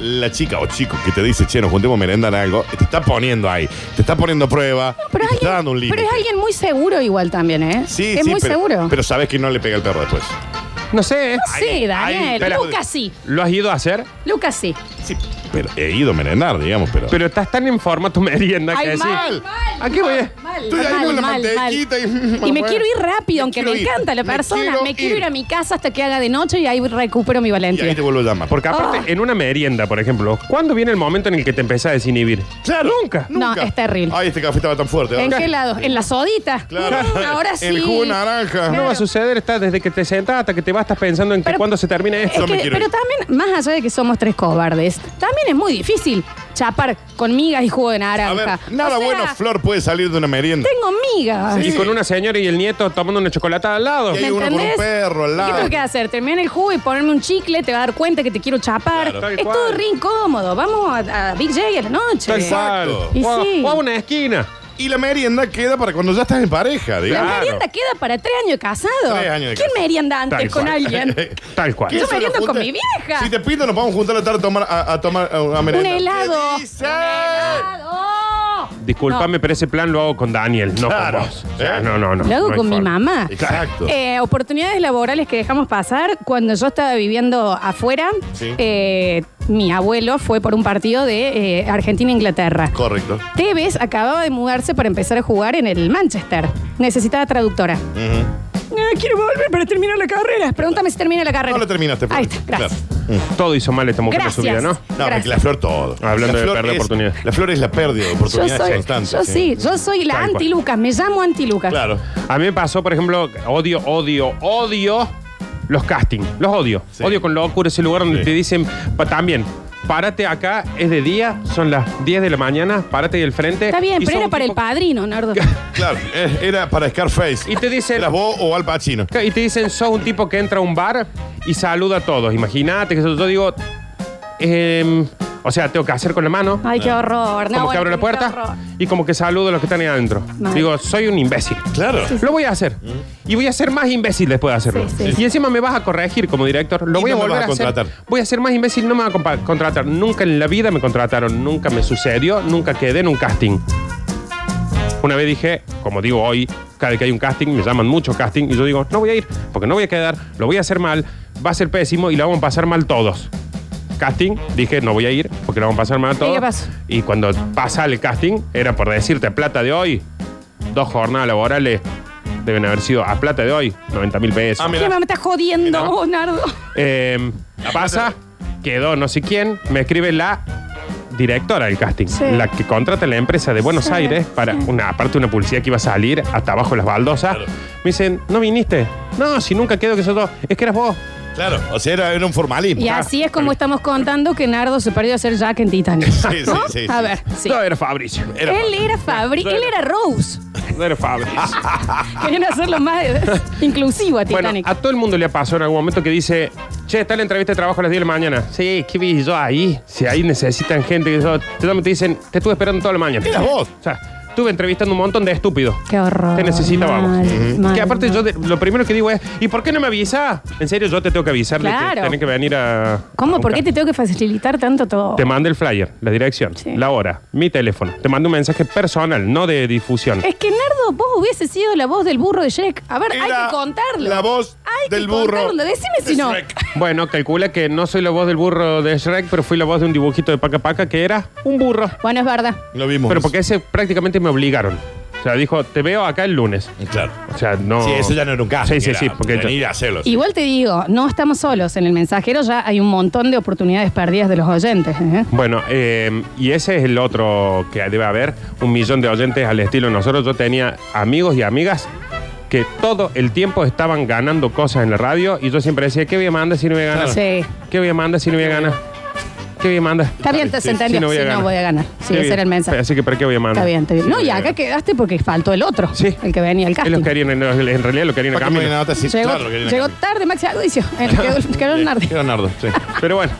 C: la chica o chico que te dice, che, nos juntemos a merendar algo, te está poniendo ahí, te está poniendo a prueba,
A: pero,
C: y
A: es
C: te está dando un
A: alguien,
C: límite.
A: pero es alguien muy seguro igual también, ¿eh?
C: Sí,
A: es
C: sí,
A: muy
C: pero,
A: seguro.
C: Pero sabes que no le pega el perro después.
B: No sé. ¿eh?
A: Sí,
C: ahí,
A: Daniel.
C: espera.
A: Lucas sí.
B: ¿Lo has ido a hacer?
A: Lucas sí.
C: Sí, pero he ido a merendar, digamos, pero.
B: Pero estás tan en forma tu merienda que
A: Ay,
B: decís.
A: mal,
B: ¿A qué voy? eh. a-
A: Mal,
C: Estoy ahí
A: mal,
C: con la
A: mal,
C: mantequita
A: mal.
C: y-
A: Y me
C: bueno,
A: quiero ir rápido,
C: me
A: aunque me
C: quiero ir.
A: encanta la
C: Me
A: persona.
C: quiero
A: me quiero
C: ir.
A: ir a mi casa hasta que haga de noche y ahí recupero mi
C: Y ahí
A: valentía.
C: te vuelvo a llamar.
B: Porque aparte,
A: Ah.
B: en una merienda, por ejemplo, ¿cuándo viene el momento en el que te empezás a desinhibir?
C: Claro.
B: Nunca.
A: No,
C: Nunca.
A: es terrible.
C: Ay, este café estaba tan fuerte.
A: ¿En
C: ¿no?
A: qué lado? ¿En la sodita?
C: Claro.
A: Mm, ahora sí.
C: El jugo de naranja.
B: No va a suceder, está desde que te sentás hasta que te vas, estás pensando en que
A: Pero-
B: cuándo se termina
A: Es
B: esto.
C: Yo me
A: que-
C: quiero
A: pero
C: ir.
A: también, más allá de que somos tres cobardes, también es muy difícil chapar con migas y jugo de naranja.
C: A ver,
A: O
C: nada
A: sea,
C: bueno, Flor puede salir de una merienda.
A: Tengo migas.
B: Y con una señora y el nieto tomando una chocolatada al lado.
C: Y
A: ¿Me
C: hay uno con un
A: entendés?
C: perro al
A: ¿Qué
C: lado.
A: tengo que hacer? Terminar el jugo y ponerme un chicle, te va a dar cuenta que te quiero chapar.
C: Claro.
A: es
B: Tal cual.
A: todo re incómodo. Vamos a, a Big J a la noche.
B: Tal cual.
C: Exacto.
A: Y
B: O a-
A: sí.
B: o a una esquina.
C: Y la merienda queda para cuando ya estás en pareja,
A: La
C: digamos.
B: Claro.
A: merienda queda para tres años de casado.
C: Tres años de
A: ¿Quién
C: casado.
A: merienda antes
B: Tal
A: con
B: cual.
A: alguien?
C: Eh,
B: Tal cual.
A: ¿Qué? Yo
C: Eso nos
A: meriendo con
C: junta-
A: mi vieja.
C: Si te pinta, nos vamos a juntar a la tarde a tomar a, a tomar a, a
A: Un
C: merenda.
A: helado.
C: ¿Qué dice?
A: Un helado.
B: Disculpame, pero ese plan lo hago con Daniel, no
C: Claro.
B: con vos. O sea,
C: ¿Eh?
B: No, no, no.
A: Lo hago
B: No hay
A: con mi
B: forma.
A: mamá.
C: Exacto.
A: Eh, oportunidades laborales que dejamos pasar. Cuando yo estaba viviendo afuera,
C: Sí.
A: eh, mi abuelo fue por un partido de eh, Argentina-Inglaterra.
C: Correcto.
A: Tevez acababa de mudarse para empezar a jugar en el Manchester. Necesitaba traductora.
C: Ujú.
A: Ah, quiero volver para terminar la carrera. Pregúntame si termina la carrera.
C: No la terminaste, Flor.
A: Ahí está, gracias.
B: Todo hizo mal esta mujer en su vida,
A: Gracias.
B: ¿no?
C: No,
A: Gracias.
C: porque la flor todo.
B: Hablando
C: La
B: de
C: flor
B: perder
C: es-
B: oportunidades.
C: La flor es la pérdida de
A: Yo
C: oportunidades
A: soy,
C: constantes.
A: yo sí, yo soy la
B: Tal cual.
A: anti-Lucas. Me llamo anti-Lucas.
C: Claro.
B: A mí me pasó, por ejemplo, odio, odio, odio los castings. Los odio.
C: Sí.
B: Odio con locura ese lugar donde
C: Sí.
B: te dicen, pa- también, párate acá, es de día, son las 10 de la mañana, párate del frente.
A: Está bien,
B: Y
A: pero
B: son
A: era
B: un
A: para el
B: tipo-
A: padrino, Nardo.
C: Claro. eh, Era para Scarface.
B: Y te dicen,
C: ¿Eras vos o Al Pacino?
B: y te dicen, sos un tipo que entra a un bar y saluda a todos. Imagínate que yo yo digo, em, o sea, tengo que hacer con la mano.
A: Ay, qué horror. Ah, No,
B: como
A: bueno,
B: que abro la
A: qué
B: puerta
A: horror.
B: y como que saludo a los que están ahí adentro.
A: Mal.
B: Digo, soy un imbécil.
C: Claro. Mm.
B: Lo voy a hacer. Y voy a ser más imbécil después de hacerlo.
A: Sí, sí.
B: Y encima me vas a corregir como director. Lo
C: Y
B: voy a
C: no me
B: volver
C: vas a
B: a, hacer.
C: contratar.
B: Voy a ser más imbécil, no me van a compa- contratar. Nunca en la vida me contrataron, nunca me sucedió, nunca quedé en un casting. Una vez dije, como digo hoy, cada vez que hay un casting, me llaman mucho casting, y yo digo, no voy a ir, porque no voy a quedar, lo voy a hacer mal, va a ser pésimo y lo vamos a pasar mal todos. Casting, dije, no voy a ir, porque lo vamos a pasar mal todos.
A: qué pasó?
B: Y cuando pasa el casting, era por decirte, plata de hoy, dos jornadas laborales deben haber sido a plata de hoy, 90 mil pesos.
C: Ah, mira.
A: ¿Qué me estás jodiendo,
C: Mira.
A: vos, Nardo?
B: Eh, pasa, quedó no sé quién, me escribe la directora del casting,
A: Sí.
B: la que contrata la empresa de Buenos
A: Sí,
B: Aires para
A: sí.
B: una aparte una publicidad que iba a salir hasta abajo de las baldosas.
C: Claro.
B: Me dicen, "No viniste." No, si nunca quedo que sos dos. Es que eras vos.
C: Claro. O sea, era, era un formalismo. Ah,
A: Y así es como estamos contando que Nardo se perdió a ser Jack en Titanic.
C: Sí, sí,
A: ¿No?
C: sí, sí.
A: A ver, sí.
B: No, era Fabricio.
C: Era-
A: él era Fabri, él era Rose.
B: No era Fabricio.
A: Querían hacerlo más eh, inclusivo a
B: bueno,
A: Titanic.
B: a todo el mundo le pasó en algún momento que dice, "Che, está la entrevista de trabajo a las 10 de la mañana." Sí, ¿qué vi yo ahí? Si ahí necesitan gente que yo, te te dicen, "Te estuve esperando toda la mañana."
C: Eras vos.
B: O sea, estuve entrevistando un montón de estúpidos.
A: Qué horror.
B: Te necesitábamos.
A: Mal, mal,
B: que aparte
A: mal.
B: yo de- lo primero que digo es, ¿y por qué no me avisás? En serio, yo te tengo que avisar de que
A: Claro.
B: tenés que venir a...
A: ¿Cómo?
B: a
A: ¿Por qué te
B: buscar.
A: tengo que facilitar tanto todo?
B: Te mandé el flyer, la dirección,
A: Sí.
B: la hora, mi teléfono. Te mandé un mensaje personal, no de difusión.
A: Es que Nardo, vos hubiese sido la voz del burro de Shrek. A ver, hay
C: Era
A: que contarlo.
C: la voz
A: Hay
C: del
A: que
C: burro
A: Contarlo. Decime
C: de
A: si no.
C: Shrek.
B: Bueno, calcula que no soy la voz del burro de Shrek, pero fui la voz de un dibujito de Paca Paca que era un burro.
A: Bueno, es verdad.
C: Lo vimos.
B: Pero porque ese prácticamente me obligaron. O sea, dijo, te veo acá el lunes.
C: Mm, Claro.
B: O sea, no...
C: Sí, eso ya no era un caso.
B: Sí, sí, sí. Porque
C: Venir a hacerlo.
A: Igual te digo, no estamos solos. En el mensajero ya hay un montón de oportunidades perdidas de los oyentes. ¿eh?
B: Bueno, eh, y ese es el otro que debe haber, un millón de oyentes al estilo nosotros. Yo tenía amigos y amigas que todo el tiempo estaban ganando cosas en la radio y yo siempre decía, ¿qué voy a mandar si no voy a ganar?
A: Sí.
B: ¿Qué voy a mandar si no voy a ganar? ¿Qué voy a mandar?
A: Está bien, te
C: Sí,
A: se entendió.
B: sí, no voy a
A: Si no
B: ganar.
A: voy a ganar. Sí, ese
B: Qué bien.
A: era el mensaje.
B: Así que, ¿para qué voy a mandar?
A: Está bien, está bien.
B: Sí,
A: No,
B: voy
A: y
B: a
A: acá
B: ganar.
A: quedaste porque faltó el otro.
B: Sí.
A: El que venía al
B: Él los
A: casting.
B: querían, en, en realidad lo querían a
C: Para que
B: Camilo.
C: me nota, sí,
A: Llegó,
C: claro, lo querían a
A: llegó
C: Camilo.
A: tarde Maxi Agudicio. Eh, Quedó quedó Nardi.
C: Quedó Nardo, sí.
B: Pero bueno.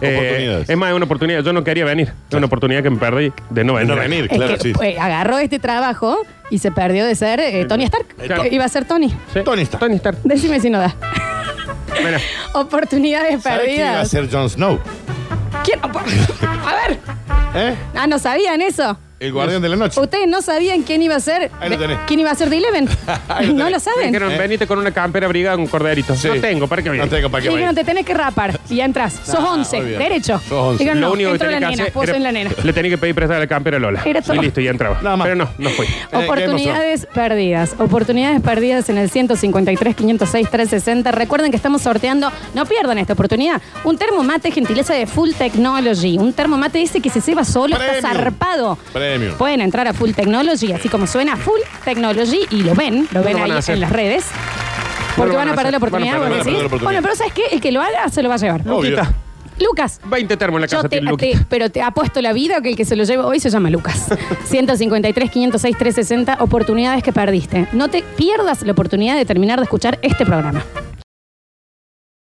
B: eh,
C: Oportunidades.
B: es más, es una oportunidad. Yo no quería venir. Es una oportunidad que me perdí de no venir.
C: No venir,
A: Es
C: claro,
A: que,
C: sí.
A: eh, agarró este trabajo y se perdió de ser eh, Tony Stark.
B: Claro.
A: Que Iba a ser Tony.
B: Sí.
C: Tony Stark.
B: Tony Stark.
A: Decime si no da.
B: Mira.
A: Oportunidades
C: ¿Sabés quién iba a
A: perdidas.
C: ser Jon Snow?
A: ¿Quién? A ver.
C: ¿Eh?
A: Ah, ¿no sabían eso?
C: El guardián de la noche.
A: Ustedes no sabían quién iba a ser.
C: Ahí lo tenés.
A: ¿Quién iba a ser de Eleven?
C: Ahí lo
A: no
C: tenés.
A: lo saben.
B: Dijeron,
C: ¿Eh?
B: venite con una campera brigada con un corderito.
C: Sí.
B: No tengo, ¿para qué
C: No
B: venir?
C: tengo para qué
A: Le dijeron,
C: venir.
A: te tenés que rapar. Y ya entras. Sos
C: Ah,
A: 11,
C: muy bien.
A: derecho.
C: Sos 11.
A: Dijeron,
B: Lo
A: no,
B: único que
A: entró la
B: tenía que
A: nena,
B: hacer
A: vos
B: era-
A: sos la nena.
B: le tenía que pedir prestada la campera a Lola.
A: Era todo.
B: Y listo, y entraba.
C: Nada más.
B: Pero no, no fui.
C: Eh,
A: Oportunidades perdidas. Oportunidades perdidas en el 153, 506, 360. Recuerden que estamos sorteando, no pierdan esta oportunidad, un termo mate gentileza de Full Technology. Un termo mate dice que se ceba solo, está
C: Premium.
A: zarpado.
C: Premium.
A: Pueden entrar a Full Technology, así como suena Full Technology, y lo ven, lo
B: No
A: ven
B: lo van
A: ahí
B: a hacer.
A: en las redes. Porque
B: lo
A: van,
B: van
A: a
B: a
A: perder la
B: hacer. Van a
A: oportunidad,
B: perder
A: vos
C: la
A: decís.
C: oportunidad.
A: Bueno, pero ¿sabes qué? El que lo haga se lo va a llevar.
C: Obvio.
B: Luquita,
A: Lucas,
B: 20 termos en la
A: yo
B: casa,
A: te,
B: tiene
A: te-
B: Luquita.
A: pero te apuesto la vida que el que se lo lleva hoy se llama Lucas. 153, 506, 360, oportunidades que perdiste. No te pierdas la oportunidad de terminar de escuchar este programa.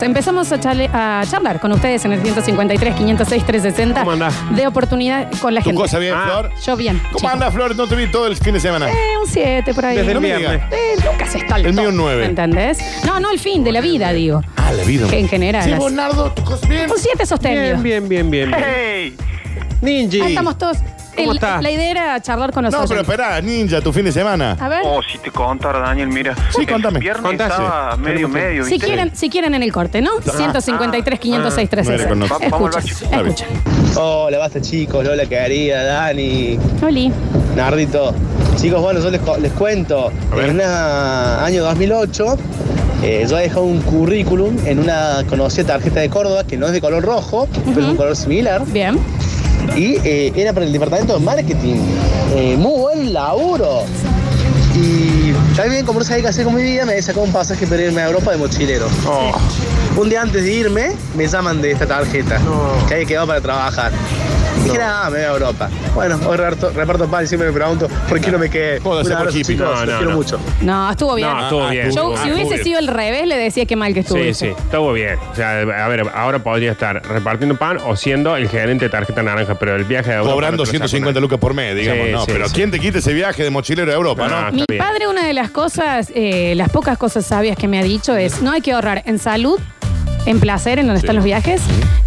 A: Empezamos a, chale- a charlar con ustedes en el 153, 506, 360
B: ¿Cómo andás?
A: de oportunidad con la
C: ¿Tu
A: gente.
C: cosa bien,
B: Ah.
C: Flor?
A: Yo bien.
C: ¿Cómo
A: chicos.
C: andas, Flor? No te vi todo el fin de semana.
A: Eh, un 7 por ahí.
B: Desde el
C: No me
B: viernes.
C: digas.
A: Eh, Lucas está
C: El mío un nueve.
A: ¿Entendés? No, no el fin de la vida, digo.
C: Ah, la vida.
A: En general.
C: Sí,
A: así. Pues,
C: vos, Nardo, ¿tu cosa bien?
A: Un 7 sostenido.
B: Bien, bien, bien, bien. Ninji.
A: Ahí estamos todos.
B: ¿Cómo
A: El-
B: estás?
A: La idea era charlar con
C: No,
A: nosotros.
C: pero esperá, ninja, tu fin de semana.
A: A ver,
D: Oh, si te contara, Daniel, mira.
C: Sí,
D: El
C: contame.
D: viernes
B: Contá,
D: estaba
B: sí.
D: medio,
B: Contá.
D: medio.
A: si
D: ¿viste?
A: quieren, si quieren en el corte, ¿no? 153, 506,
C: no era
A: 360.
C: con nosotros.
D: Vamos al
A: Escuchen,
C: bache.
A: escuchen.
E: Hola, basta chicos, Lola querida, Dani,
A: Oli.
E: Nardito. Chicos, bueno, yo les, co- les cuento.
C: A ver.
E: En una año 2008, eh, yo he dejado un currículum en una conocida tarjeta de Córdoba que no es de color rojo, pero es un color similar.
A: Bien.
E: Y eh, era para el departamento de marketing. Eh, muy buen laburo. Y también, como no sabía qué hacer con mi vida, me sacó un pasaje para irme a Europa de mochilero.
B: Oh,
E: Un día antes de irme, me llaman de esta tarjeta que había quedado para trabajar. Dije, nada, me voy a Europa. Bueno, hoy reparto, reparto pan y siempre me pregunto por qué no me quedé.
C: Jódase
E: Un
C: por
E: abrazo,
C: hippie.
E: chicos,
B: No,
E: los
B: no,
E: quiero
B: no.
E: mucho.
A: No, estuvo bien.
B: no, todo
C: Ah,
B: bien.
A: Yo,
C: estuvo
A: si
C: bien.
A: hubiese sido al revés, le decía que mal que estuvo.
B: Sí, sí, estuvo bien. O sea, a ver, ahora podría estar repartiendo pan o siendo el gerente de tarjeta naranja, pero el viaje de Europa
C: Cobrando
B: no te lo saco
C: 150
B: nadie.
C: lucas por mes, digamos,
B: Sí,
C: ¿no?
B: sí,
C: pero
B: sí.
C: ¿quién te quita ese viaje de mochilero a Europa,
B: No,
C: no?
A: Mi
B: Está bien.
A: padre, una de las cosas, eh, las pocas cosas sabias que me ha dicho es: no hay que ahorrar en salud, en placer, en donde están los viajes,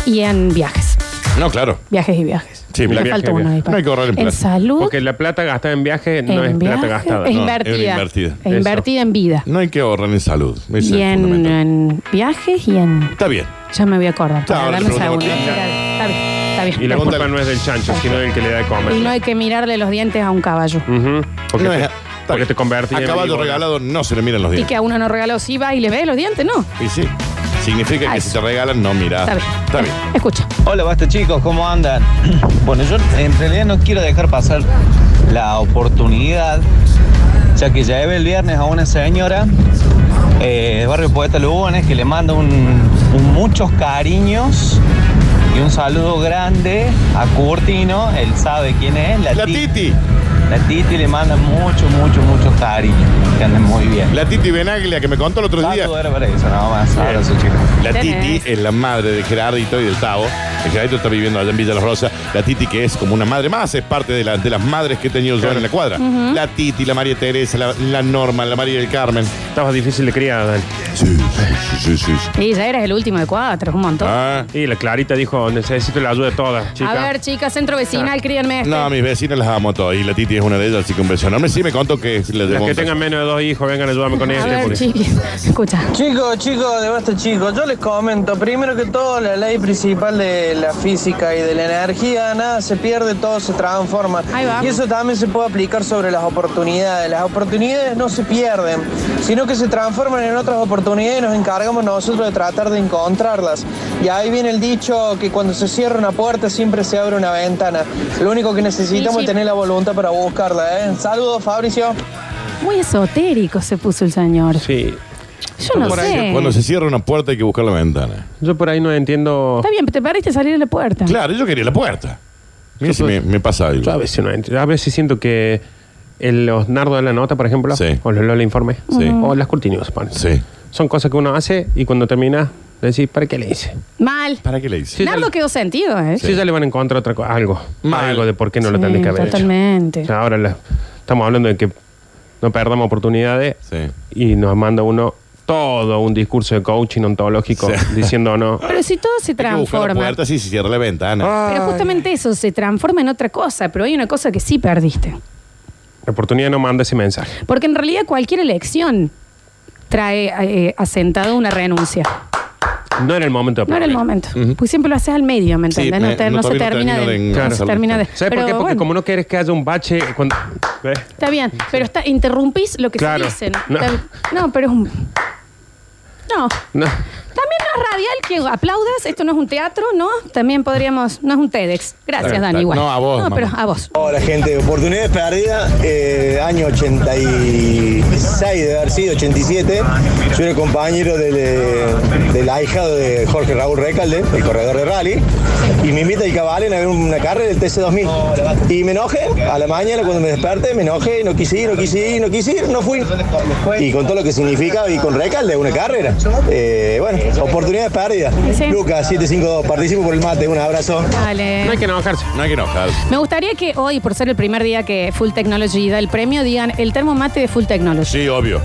A: y en viajes.
C: No, claro.
A: Viajes y viajes.
C: Sí,
A: Me
C: viajes
A: falta
B: y
A: uno
B: viajes.
A: ahí, pa.
C: No hay que ahorrar en placer.
A: salud,
B: Porque la plata gastada en viaje no
A: en
B: es
A: viaje,
B: plata gastada.
A: es
B: ¿no?
A: invertida.
C: es invertida.
A: Es invertida en vida.
C: No hay que ahorrar en salud. Ese es
A: Y en,
C: fundamental.
A: en viajes y en.
C: Está bien.
A: Ya me voy a acordar.
C: Ya, ahora
A: Dame
C: te
A: un
C: preguntamos
A: segundo.
C: quién.
A: Mira, Está bien, está bien.
B: Y la
C: Pregúntale.
B: culpa no es del chancho, sino del que le da de comer.
A: Y no hay que mirarle los dientes a un caballo.
B: Ujú, porque,
C: No
B: te,
C: es-
B: porque te convertí
C: A
B: en
C: caballo
B: amigo.
C: regalado no se le miran los
A: Y
C: dientes.
A: que a uno no regaló, si va y le ve los dientes, no.
C: Y sí. Significa
A: Ay,
C: que si te regalan, no mirás.
A: Está bien.
C: Ah, Está bien.
A: Escucha.
F: Hola, basta chicos, ¿cómo andan? Bueno, yo en realidad no quiero dejar pasar la oportunidad, ya que llevé el viernes a una señora eh, de Barrio Poeta Lugones que le manda un, un muchos cariños y un saludo grande a Curtino, él sabe quién es, la,
C: La
F: Titi.
C: Titi.
F: La Titi le manda mucho, mucho, mucho cariño, que anden muy bien.
C: La Titi Benaglia que me contó el otro día.
F: Saludo era para eso, nada más. Abrazo, chicos.
C: La
A: Tenés.
C: Titi es la madre de Gerardito y del Tavo. El Gerardito está viviendo allá en Villa Las Rosas. La Titi, que es como una madre más, es parte de, la- de las madres que he tenido yo en la cuadra. La Titi, la María Teresa, la, la Norma, la María del Carmen.
B: Estabas difícil de criar, Dani.
C: Sí, sí, sí, sí. sí.
A: Y ya eres el último de cuatro, es un montón.
C: Ah,
B: Y la Clarita dijo, necesito la ayuda de todas, chica.
A: a ver, chicas, centro vecinal, críanme este.
C: no, a mis vecinas las amo todas y la Titi es una de ellas, así que un beso enorme. Sí, me contó que le
B: Las
C: llevó
B: que
C: un
B: tengan
C: beso.
B: menos de dos hijos, vengan a ayudarme con
A: a
B: este.
A: ver,
B: porque-
A: chiquis. Escucha.
G: Chicos, chicos, de basta chicos, yo les comento, primero que todo, la ley principal de la física y de la energía, nada se pierde, todo se transforma.
A: Ahí va.
G: Y eso también se puede aplicar sobre las oportunidades. Las oportunidades no se pierden, sino que se transforman en otras oportunidades y nos encargamos nosotros de tratar de encontrarlas. Y ahí viene el dicho que cuando se cierra una puerta siempre se abre una ventana. Lo único que necesitamos
A: Sí, sí.
G: es tener la voluntad para buscarla. ¿eh? Saludos, Fabricio.
A: Muy esotérico se puso el señor.
B: Sí.
A: Yo no
C: Por ahí,
A: sé.
C: Cuando se cierra una puerta hay que buscar la ventana.
B: Yo por ahí no entiendo...
A: Está bien, te perdiste salir de la puerta.
C: Claro, yo quería la puerta. Mira
B: Yo
C: si me,
B: puedo-
C: me pasa algo.
B: Yo a veces no entiendo. A veces siento que el, los nardos de la nota, por ejemplo,
C: Sí.
B: o los Lola Informe,
C: Sí.
B: o las Curtinios, ponen.
C: Sí.
B: Son cosas que uno hace y cuando termina, decís, ¿para qué le hice?
A: Mal.
C: ¿Para qué le hice?
B: Sí,
A: Nardo
B: dale.
A: quedó sentido, ¿eh?
B: Sí, ya le van a encontrar otra cosa, algo.
C: Mal.
B: Algo de por qué no lo
A: Sí,
B: tendrías que haber hecho.
A: Totalmente.
B: O sea, ahora la- estamos hablando de que no perdamos oportunidades
C: Sí.
B: y nos manda uno todo un discurso de coaching ontológico diciendo no.
A: Pero si todo se
C: Hay que buscar la
A: transforma.
C: puerta si se cierra la ventana.
A: Pero justamente eso se transforma en otra cosa, pero hay una cosa que sí perdiste.
B: La oportunidad no manda ese mensaje.
A: Porque en realidad cualquier elección trae eh, asentado una renuncia.
B: No era el momento de
A: No era el
B: poner.
A: momento. Pues siempre lo haces al medio, ¿me
C: Sí,
A: entiendes?
C: me-
A: no, te-
C: no,
A: no se
C: todavía no
A: termina
C: termino
A: de.
C: de-
A: no
C: Claro.
A: se termina de.
B: ¿Sabes por
A: pero
B: qué? Porque
A: bueno,
B: como no quieres que haya un bache cuando. ¿Ves?
A: Está bien, pero está, interrumpís lo que
B: Claro.
A: se dicen.
B: No.
A: Tal- No, pero es un. No.
B: No.
A: También no es radial que aplaudas, esto no es un teatro, ¿no? También podríamos, no es un TEDx. Gracias,
C: Claro,
A: Dani,
C: claro.
A: igual.
C: No, a vos,
A: No, pero
C: mamá.
A: a vos.
H: Hola gente, oportunidades perdidas, eh, año 86 de haber sido, 87. Yo era compañero del, eh, del ahijado de Jorge Raúl Recalde, el corredor de rally, y me invita el Cabalen a ver una carrera del TC2000. Y me enojé, a la mañana cuando me desperté, me enojé, no quise ir, no quise ir, no quise ir, no fui. Y con todo lo que significa, y con Recalde, una carrera. Eh, bueno, oportunidades perdidas.
A: Sí.
H: Lucas, 752, participo por el mate, un abrazo.
A: Dale.
B: No hay que enojarse.
C: No hay que enojarse.
A: Me gustaría que hoy, por ser el primer día que Full Technology da el premio, digan el termomate de Full Technology.
C: Sí, obvio.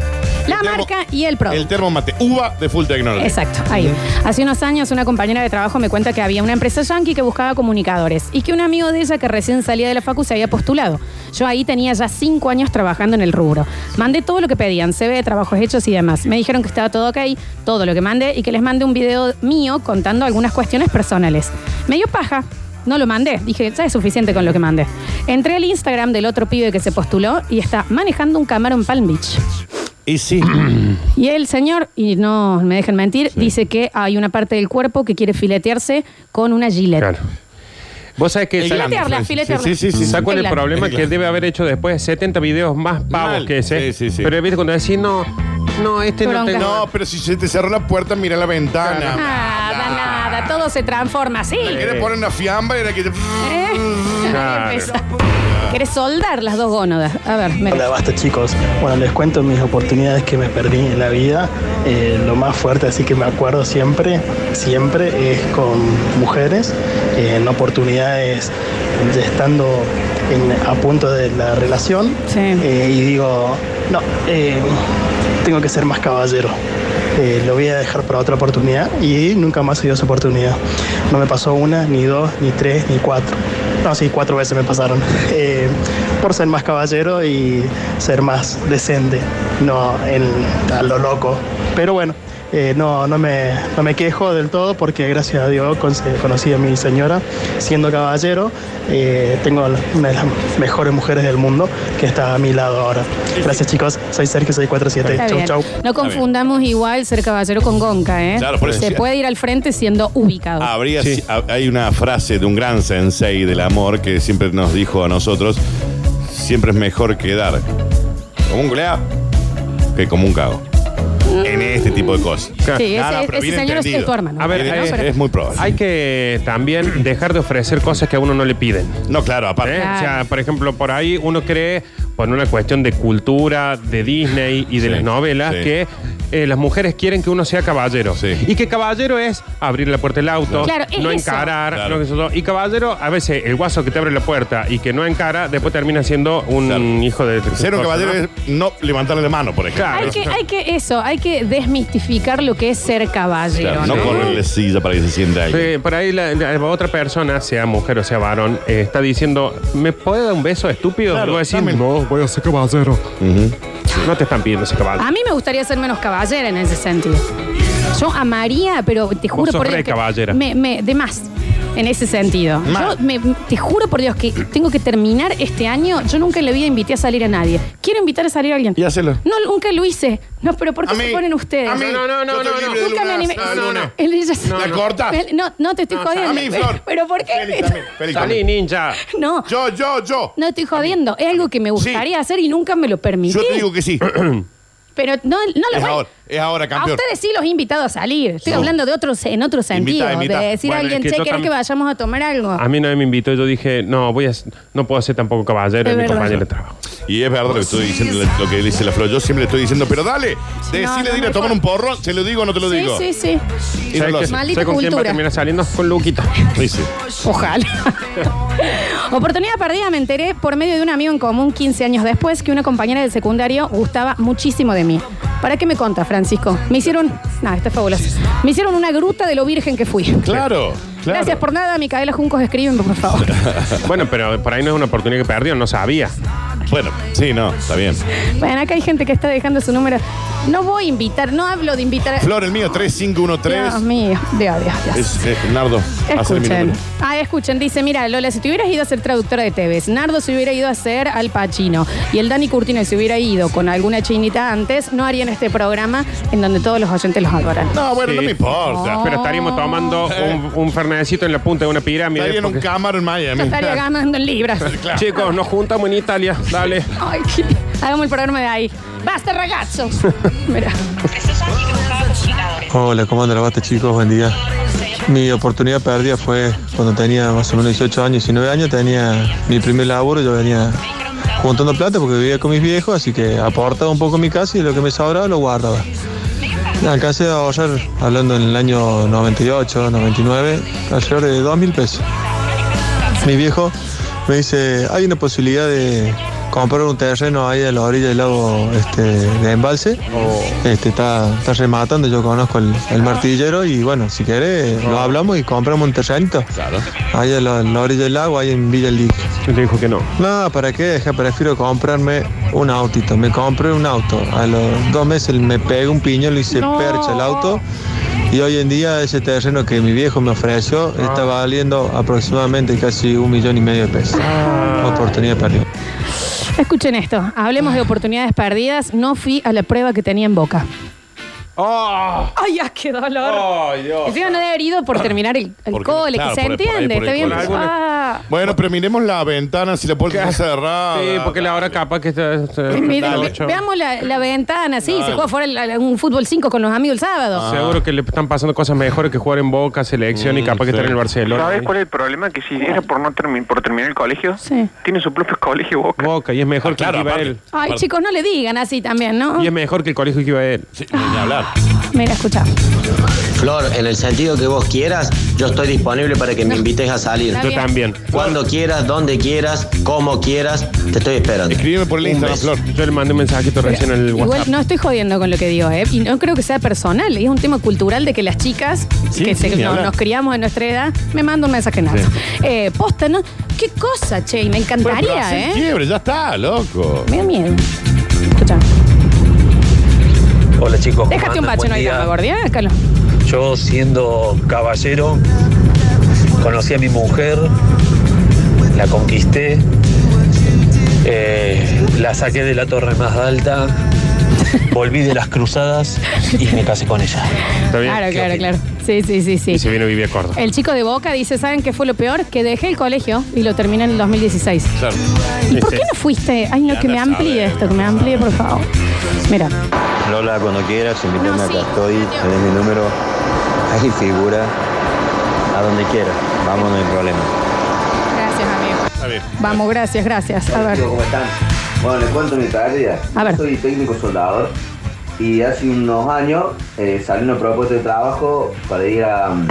A: La
C: El termo-
A: marca y el producto.
C: El termomate. Uva de Full Technology.
A: Exacto, ahí. Hace unos años una compañera de trabajo me cuenta que había una empresa yankee que buscaba comunicadores y que un amigo de ella que recién salía de la facu se había postulado. Yo ahí tenía ya cinco años trabajando en el rubro. Mandé todo lo que pedían, CV, trabajos hechos y demás. Me dijeron que estaba todo ok, todo lo que mandé y que les mandé un video mío contando algunas cuestiones personales. Me dio paja. No lo mandé, dije, ya es suficiente con lo que mandé. Entré al Instagram del otro pibe que se postuló y está manejando un camarón Palm Beach.
C: Y sí.
A: Y el señor, y no me dejen mentir, dice que hay una parte del cuerpo que quiere filetearse con una gilet.
B: Claro. Vos sabés que.
C: El
B: ¿sabés-
C: glande.
A: Filetearla,
C: Sí, sí,
A: filetearla.
C: sí, sí, sí,
B: ¿Sabes cuál es el
A: Claro.
B: problema? Que él debe haber hecho después 70 videos más pavos
C: Mal.
B: que ese.
C: Sí, sí, sí.
B: Pero viste cuando decís, no, no, este no
A: Bronca.
B: tengo.
C: No, pero si se te cerró la puerta, mira la ventana. Ah,
A: Nada, nada, todo se transforma así.
C: Quieres poner una fiamba y era que te...
A: ¿Eh?
B: Claro.
A: Empezá. ¿Querés soldar las dos gónadas? A ver, me-
I: Hola, basta chicos. Bueno, les cuento mis oportunidades que me perdí en la vida. Eh, lo más fuerte, así que me acuerdo siempre, siempre es con mujeres, eh, en oportunidades de estando en- a punto de la relación.
A: Sí.
I: Eh, y digo, no, eh, tengo que ser más caballero. Eh, lo voy a dejar para otra oportunidad y nunca más se dio esa oportunidad. No me pasó una, ni dos, ni tres, ni cuatro. No, sí, cuatro veces me pasaron. Eh, por ser más caballero y ser más decente, no en, a lo loco. Pero bueno, eh, no, no, me, no me quejo del todo porque gracias a Dios con- conocí a mi señora siendo caballero. eh, tengo una de las mejores mujeres del mundo que está a mi lado ahora. Gracias chicos, soy Sergio647.
A: está
I: Chau,
A: bien.
I: chau.
A: No confundamos igual ser caballero con gonca, ¿eh?
C: Claro, por eso Ah,
A: se
C: decía.
A: puede ir al frente siendo ubicado.
C: Habría, ha- Hay una frase de un gran sensei del amor que siempre nos dijo a nosotros, siempre es mejor quedar como un culea que como un cago.
A: Mm.
C: En este tipo de cosas.
A: Sí,
C: No,
A: ese-
C: no, pero
A: ese
C: bien
A: señor es-
C: entendido.
A: es tu hermano.
B: A ver,
C: Bien,
B: eh,
C: es,
A: No, pero-
C: es muy probable.
B: Hay que también dejar de ofrecer cosas que a uno no le piden.
C: No, claro, aparte.
B: ¿eh?
A: Claro.
B: O sea, por ejemplo, por ahí uno cree, por una cuestión de cultura, de Disney y de
C: Sí,
B: las novelas,
C: sí.
B: que eh, las mujeres quieren que uno sea caballero.
C: Sí.
B: Y que caballero es abrir la puerta del auto,
A: Claro, es
B: no
A: eso.
B: encarar.
C: Claro.
B: no que eso todo. y caballero, a veces el guaso que te abre la puerta y que no encara, después termina siendo un
C: Claro.
B: hijo de...
C: Ser un caballero es no levantarle la mano, por ejemplo.
B: Claro.
A: Hay que, hay que eso, hay que desmistificar lo que es ser caballero.
C: Claro, no
A: ¿no?
C: correrle silla para que se sienta ahí.
B: Sí, por ahí la, la otra persona, sea mujer o sea varón, eh, está diciendo, ¿me puede dar un beso estúpido?
C: Claro,
B: Y vos decís,
C: dame.
B: no, voy a ser caballero.
C: Ujú.
B: No te están pidiendo ese caballero.
A: A mí me gustaría ser menos caballera en ese sentido. Yo amaría, pero te juro
B: sos
A: por
B: re
A: Dios. que
B: caballera.
A: Me, me- de más, en ese sentido.
C: Mal.
A: Yo me- te juro por Dios que tengo que terminar este año. Yo nunca en la vida invité a salir a nadie. Quiero invitar a salir a alguien.
C: Y hacelo.
A: No, nunca lo hice. No, pero ¿por qué
C: A mí,
A: se ponen ustedes?
C: a mí.
B: No, no, no,
C: Yo
B: no,
C: estoy
B: no.
C: libre de
A: Nunca me
C: lunas,
A: animé.
C: de luna.
A: Él dice-
B: No,
C: ¿La corta?
A: Él- No, no te estoy jodiendo.
C: A mí, Flor.
A: Pero ¿por
C: Félix,
A: qué?
C: también, Félix,
B: Salí,
C: también.
B: ninja.
A: No,
C: Yo, yo, yo.
A: no estoy jodiendo. Es algo que me gustaría hacer y nunca me lo permití.
C: Yo te digo que sí.
A: Pero no, no lo
C: es
A: voy-
C: ahora, es ahora,
A: A
C: campeón.
A: ustedes sí los he invitado a salir. Estoy
C: Sí.
A: hablando de otros, en otro sentido.
C: invita.
A: De decir a
B: Bueno,
A: alguien,
B: es que
A: che,
B: yo
A: ¿querés
B: tam-
A: que vayamos a tomar algo?
B: A mí nadie me invitó y yo dije, no, voy a, no puedo ser tampoco caballero
A: Es
B: de mi
A: verdad.
B: compañero de trabajo.
C: Y es verdad lo que estoy diciendo, lo que dice la Flor. Yo siempre le estoy diciendo, pero dale,
A: no,
C: decirle
A: no,
C: de ir a
A: no,
C: tomar
A: no.
C: un porro, se lo digo o no te lo
A: sí,
C: digo.
A: sí, sí.
C: Y no lo
B: qué-
C: hace.
A: Maldita
B: con quién va a
A: cultura.
B: terminar saliendo? Con Luquita.
C: Sí, sí.
A: Ojalá. Oportunidad perdida, me enteré por medio de un amigo en común 15 años después que una compañera del secundario gustaba muchísimo de mí. ¿Para qué me contas, Francisco? Me hicieron. Nada, está fabuloso. Me hicieron una gruta de lo virgen que fui.
C: Claro, claro.
A: Gracias por nada, Micaela Juncos. Escriben, por favor.
B: Bueno, pero por ahí no es una oportunidad que perdió, no sabía.
C: Bueno, sí, no, está bien.
A: Bueno, acá hay gente que está dejando su número. No voy a invitar, no hablo de invitar.
C: Flor, el mío,
A: Dios
C: 3513.
A: mío, Dios, Dios, Dios.
C: Es, eh, Nardo, hacer mi
A: Escuchen.
C: número.
A: Ah, escuchen. Dice, mira, Lola, si te hubieras ido a ser traductora de TVs, Nardo se hubiera ido a ser Al Pacino y el Dani Curtino se hubiera ido con alguna chinita antes, no harían este programa en donde todos los oyentes los adoran.
C: No, bueno,
B: Sí.
C: no me importa.
B: Pero estaríamos tomando
A: Oh.
B: un, un fernecito en la punta de una pirámide.
C: Estaría en un
B: porque-
C: cámara en Miami.
A: Yo estaría ganando en libras.
C: Claro.
B: Chicos, nos juntamos en Italia. Dale.
A: Ay, qué- Hagamos el programa de ahí. ¡Basta, ragazzo! Mira.
J: Hola, ¿cómo andan la basta, chicos? Buen día. Mi oportunidad perdida fue cuando tenía más o menos 18 años, 19 años, tenía mi primer laburo, yo venía juntando plata porque vivía con mis viejos, así que aportaba un poco en mi casa y lo que me sobraba lo guardaba. Alcancé a ahorrar, hablando en el año 98, 99, alrededor de 2 mil pesos. Mi viejo me dice, hay una posibilidad de comprar un terreno ahí a la orilla del lago este, de embalse. Este, está, está rematando, yo conozco el, el martillero y bueno, si querés lo hablamos y compramos un terrenito.
C: Claro.
J: Ahí a la, la orilla del lago, ahí en Villa El Lique.
B: Y te dijo que no.
J: No, ¿para qué? Deja, prefiero comprarme un autito. Me compré un auto. A los dos meses me pegué un piñón, le hice
A: No.
J: percha el auto. Y hoy en día ese terreno que mi viejo me ofreció
A: Ah.
J: está valiendo aproximadamente casi un millón y medio de pesos.
A: Ah.
J: Oportunidad perdida.
A: Escuchen esto. Hablemos de oportunidades perdidas. No fui a la prueba que tenía en boca.
B: ¡Oh!
A: ¡Ay, ah, qué dolor!
B: ¡Oh,
A: Y
B: Dios!
A: Encima no debe haber ido por terminar el, el
C: Porque-
A: cole,
C: claro,
A: que se
C: por- por ahí,
A: entiende,
C: por el
A: está bien.
C: cole.
A: Ah,
C: Bueno, pero miremos la ventana si la puerta está cerrada.
B: Sí, porque la hora capaz que está. está-
A: mire,
B: está
A: ve-
B: ocho.
A: veamos la, la ventana, sí, se juega fuera el- el- un fútbol 5 con los amigos el sábado.
B: Seguro que le están pasando cosas mejores que jugar en Boca, selección y
C: Mm,
B: capaz que
C: sí.
B: estar en el Barcelona.
D: ¿Sabes cuál es el problema? Que si era por no terminar por terminar el colegio,
A: Sí.
D: tiene su propio colegio Boca.
B: Boca, y es mejor
C: Ah,
B: que
C: claro,
B: el
C: aparte.
B: Ibael.
A: Ay, chicos, no le digan así también, ¿no?
B: Y es mejor que el colegio que iba a él.
C: Sí, ni hablar.
A: Mira, escucha.
K: Flor, en el sentido que vos quieras, yo estoy disponible para que me invites a salir.
A: Está
B: Yo
A: bien.
B: también.
K: Cuando quieras, donde quieras, como quieras, te estoy esperando.
C: Escríbeme por el
K: Un
C: Instagram,
K: beso.
C: Flor.
B: Yo le mandé un mensajito recién en el
A: Igual
B: WhatsApp.
A: no estoy jodiendo con lo que digo, ¿eh? Y no creo que sea personal, es un tema cultural de que las chicas
C: Sí,
A: que
C: sí,
A: se-
C: ni
A: no-
C: hablar.
A: nos criamos en nuestra edad, me mandan un mensaje nada. Eh, posta, ¿no? ¿Qué cosa, che? Y me
C: Bueno, pero
A: encantaría,
C: hace el
A: ¿eh?
C: quiebre, ya está, loco.
A: Me da miedo. Escucha.
L: Hola chicos. ¿cómo
A: Déjate un
L: andan?
A: bache,
L: Buen
A: no hay
L: día.
A: drama, Gordia, Carlos.
L: Yo siendo caballero, conocí a mi mujer, la conquisté, eh, la saqué de la torre más alta, volví de las cruzadas y me casé con ella.
B: ¿Está bien?
A: Claro, claro, claro. Sí, sí, sí, sí.
B: Y se vino a vivir a Córdoba.
A: El chico de Boca dice, ¿saben qué fue lo peor? Que dejé el colegio y lo terminé en el 2016.
C: Claro.
A: ¿Y por qué no fuiste? Ay, no, que me amplíe esto, que me amplíe, por favor. Mira,
F: Lola, cuando quieras,
A: invítame, No, sí. acá estoy, tenés
F: mi número. Ahí figura. A donde quieras. Vamos, no hay problema.
A: gracias, amigo.
C: Está bien.
A: Vamos, gracias, gracias. A ver.
L: ¿Cómo están? Bueno, les cuento mi pérdida.
A: A ver.
L: Soy técnico soldador y hace unos años eh, salió una propuesta de trabajo para ir a, mm,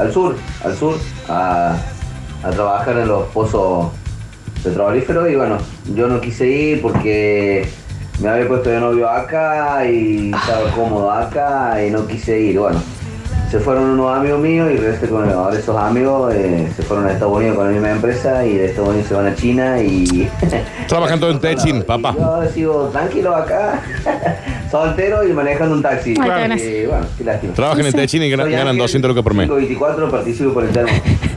L: al sur, al sur, a, a trabajar en los pozos petrolíferos y bueno, yo no quise ir porque me había puesto de novio acá y estaba cómodo acá y no quise ir. Bueno, se fueron unos amigos míos y regresé con ahora esos amigos, eh, se fueron a Estados Unidos con la misma empresa y de Estados Unidos se van a China y...
C: Trabajan todo en Techin,
L: Y
C: papá.
L: Yo ahora sigo tranquilo acá, soltero y manejando un taxi.
A: Ahí tenés.
L: Eh, bueno, qué lástima.
C: Trabajan en Techin y ganan,
L: Soy
C: ganan
L: Ángel,
C: 200 lucas por mes.
L: 524, participo por el termo.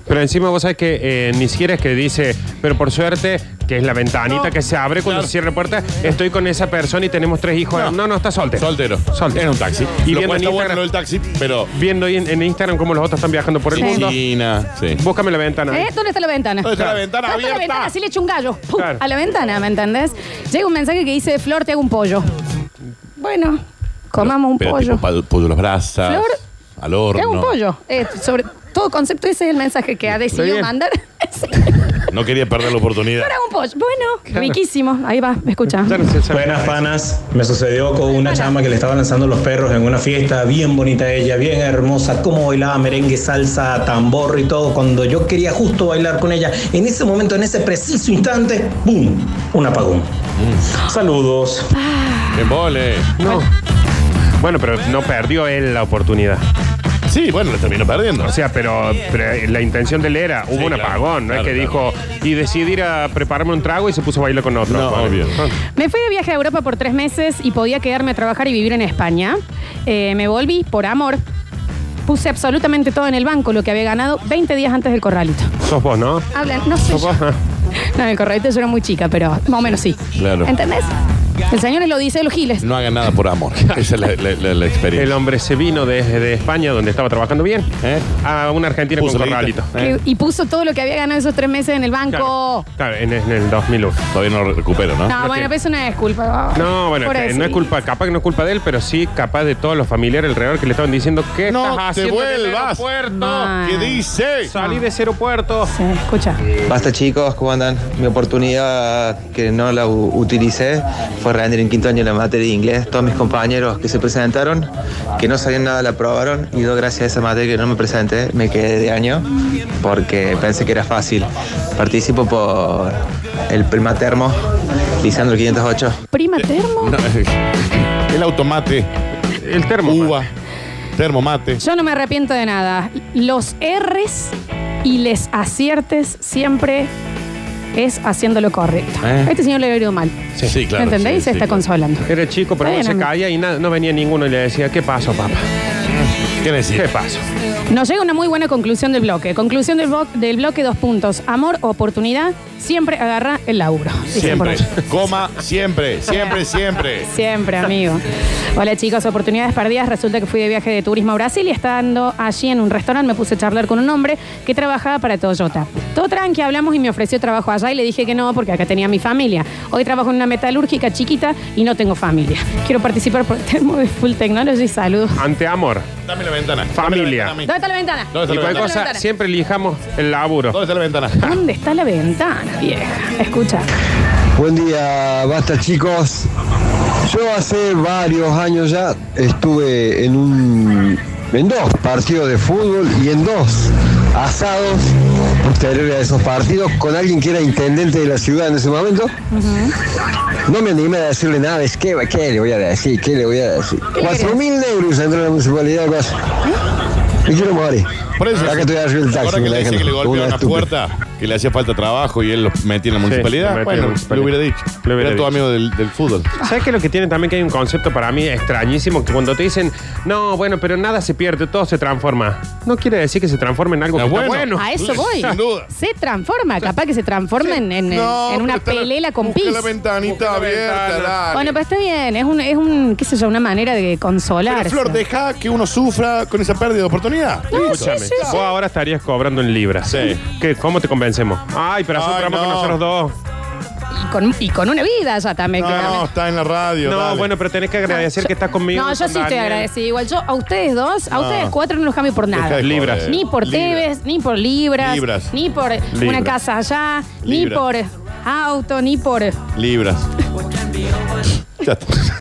B: Pero encima vos sabés que eh, ni siquiera es que dice, pero por suerte, que es la ventanita que se abre cuando se cierra la puerta, estoy con esa persona y tenemos tres hijos. No, no, está soltero.
C: Soltero.
B: Soltero.
C: En un taxi.
B: Y
C: lo
B: viendo
C: cual
B: en
C: está bueno
B: Instagram.
C: lo del taxi, pero.
B: Viendo ahí en, en Instagram cómo los otros están viajando por el mundo.
C: China. Sí.
B: Búscame la ventana.
A: ¿Eh? ¿Dónde está la ventana?
C: ¿Dónde está la
A: Claro.
C: ventana
A: ¿Dónde está la
C: abierta?
A: ventana? Así le echo un gallo. ¡Pum!
B: Claro.
A: A la ventana, ¿me entendés? Llega un mensaje que dice, Flor, te hago un pollo. Bueno, comamos un
C: Pero
A: pollo.
C: tipo pa- pollo a las brasas.
A: Flor,
C: Al horno.
A: Te hago un pollo. Eh, sobre todo concepto, ese es el mensaje que ha decidido
B: bien.
A: mandar. Sí.
C: No quería perder la oportunidad.
A: Para un pollo. Bueno, riquísimo. Ahí va, escucha.
M: Buenas panas, me sucedió con una chama que le estaban lanzando los perros en una fiesta, bien bonita ella, bien hermosa, cómo bailaba merengue, salsa, tambor y todo, cuando yo quería justo bailar con ella, en ese momento, en ese preciso instante, ¡boom! Un apagón.
A: Mm.
M: Saludos.
C: vole.
B: No. Bueno, pero no perdió él la oportunidad.
C: Sí, bueno, lo terminó perdiendo.
B: O sea, pero, pero la intención de él era, hubo
C: Sí,
B: un
C: claro,
B: apagón, ¿no?
C: claro,
B: es que
C: claro.
B: dijo, y decidí ir a prepararme un trago y se puso a bailar con otro.
C: No,
B: Bueno.
C: obvio.
A: Me fui de viaje a Europa por tres meses y podía quedarme a trabajar y vivir en España. Eh, me volví por amor. Puse absolutamente todo en el banco, lo que había ganado 20 días antes del corralito.
B: Sos vos, ¿no?
A: Hablan, no sé.
B: Sos
A: yo.
B: vos.
A: No, en el corralito yo era muy chica, pero más o menos sí.
C: Claro.
A: ¿Entendés? El señor es lo dice de los giles.
C: No hagan nada por amor. Esa es la, la- la- la experiencia.
B: El hombre se vino desde de España, donde estaba trabajando bien, ¿eh? a una Argentina
C: Puso la
B: con
C: guita.
B: corralito.
A: Que- y puso todo lo que había ganado esos tres meses en el banco.
B: eh. Claro, en, en el 2001.
C: Todavía no lo recupero,
A: No, bueno, pero eso no es culpa.
B: No, bueno, que no es culpa, capaz que no es culpa de él, pero sí capaz de todos los familiares alrededor que le estaban diciendo que
C: No
B: estás
C: te
B: haciendo en el
C: vuelvas.
B: aeropuerto?
C: ¿Qué dice?
B: Salí de ese aeropuerto.
A: escucha.
F: Basta chicos, ¿cómo andan? Mi oportunidad que no la u- utilicé fue rendir en quinto año la materia de inglés. Todos mis compañeros que se presentaron, que no sabían nada, la aprobaron y yo gracias a esa materia que no me presenté, me quedé de año porque pensé que era fácil. Participo por el Prima Termo, Lisandro 508.
A: Prima termo.
C: No, eh, el automate.
B: El termo.
C: Uva. Termomate.
A: Yo no me arrepiento de nada. Los R's y les aciertes siempre es haciendo lo correcto.
C: Eh.
A: A Este señor le ha ido mal.
C: Sí, claro.
A: ¿Me entendéis?
C: sí,
A: se
C: sí,
A: está
C: claro.
A: consolando.
B: Era chico, pero
A: Está
B: no se
A: bien,
B: caía y na- no venía ninguno y le decía, ¿qué pasó, papá?
C: ¿Qué decir?
B: ¿Qué pasó?
A: Nos llega una muy buena conclusión del bloque. Conclusión del, blo- del bloque, dos puntos. Amor, oportunidad, siempre agarra el laburo. Dicen por
C: Siempre.
A: ahí.
C: Coma siempre, siempre, siempre.
A: Siempre, amigo. Hola chicos, oportunidades perdidas. Resulta que fui de viaje de turismo a Brasil y estando allí en un restaurante me puse a charlar con un hombre que trabajaba para Toyota. Todo tranqui, hablamos y me ofreció trabajo allá y le dije que no porque acá tenía mi familia. Hoy trabajo en una metalúrgica chiquita y no tengo familia. Quiero participar por Termo de Full Technology. Saludos.
B: Ante amor,
C: Dame la ventana. dame la
B: Familia.
C: ventana a mí.
A: ¿Dónde está la ventana?
C: ¿Dónde está
B: y
C: la
B: cualquier
C: ventana?
B: cosa, siempre elijamos el laburo.
C: ¿Dónde está la ventana?
A: ¿Dónde está la ventana, vieja? Escucha.
N: Buen día, basta chicos. Yo hace varios años ya estuve en un en dos partidos de fútbol y en dos asados posteriores a esos partidos con alguien que era intendente de la ciudad en ese momento. No me animé a decirle nada, es que ¿qué le voy a decir, qué le voy a decir. Cuatro mil euros entró en la municipalidad cosa. Me quiero morir.
C: Por eso.
N: Acá te voy a el taxi.
C: Ahora
N: me
C: que
N: la
C: le dice
N: dejan
C: que le golpeó
N: una
C: una
N: estúpida.
C: puerta, que le hacía falta trabajo y él lo metía en la
B: lo metí
C: municipalidad.
B: en la
C: Bueno, le
B: municipalidad.
C: hubiera dicho.
B: Le hubiera
C: Era tu
B: dicho.
C: amigo del, del fútbol.
B: ¿Sabes qué es lo que tiene también que hay un concepto para mí extrañísimo? Que cuando te dicen, no, bueno, pero nada se pierde, todo se transforma. No quiere decir que se transforme en algo
C: Ah,
B: que
C: bueno.
B: está bueno.
A: A eso voy.
C: Sin duda.
A: Se transforma, capaz que se transforma en, en-
C: No,
A: en una
C: pero está la-
A: pelela con
C: busca
A: pis.
C: la ventanita abierta, dale.
A: Bueno, pero está bien, es un, es un, qué sé yo, una manera de
C: Pero
A: consolar.
C: Flor, deja que uno sufra con esa pérdida de oportunidad.
B: Escúchame, vos ahora estarías cobrando en libras.
C: Sí.
B: ¿Qué, ¿Cómo te convencemos? Ay, pero hace un
C: Ay,
B: programa con
C: no.
B: nosotros dos.
A: Y con, y con una vida ya también.
C: No,
A: claramente.
C: no, está en la radio.
B: No,
C: dale.
B: bueno, pero tenés que agradecer que estás conmigo.
A: No, yo
B: con
A: sí estoy
B: Daniel.
A: agradecida. Igual yo a ustedes dos, a
B: No.
A: ustedes cuatro no los cambio por
C: Deja
A: nada.
C: de
B: Libras.
C: joder.
A: Ni por
C: Libras.
A: TVs, ni por libras,
C: Libras.
A: ni por una
B: Libras.
A: casa allá, ni
C: Libras.
A: por auto, ni por...
C: Libras. Ya está.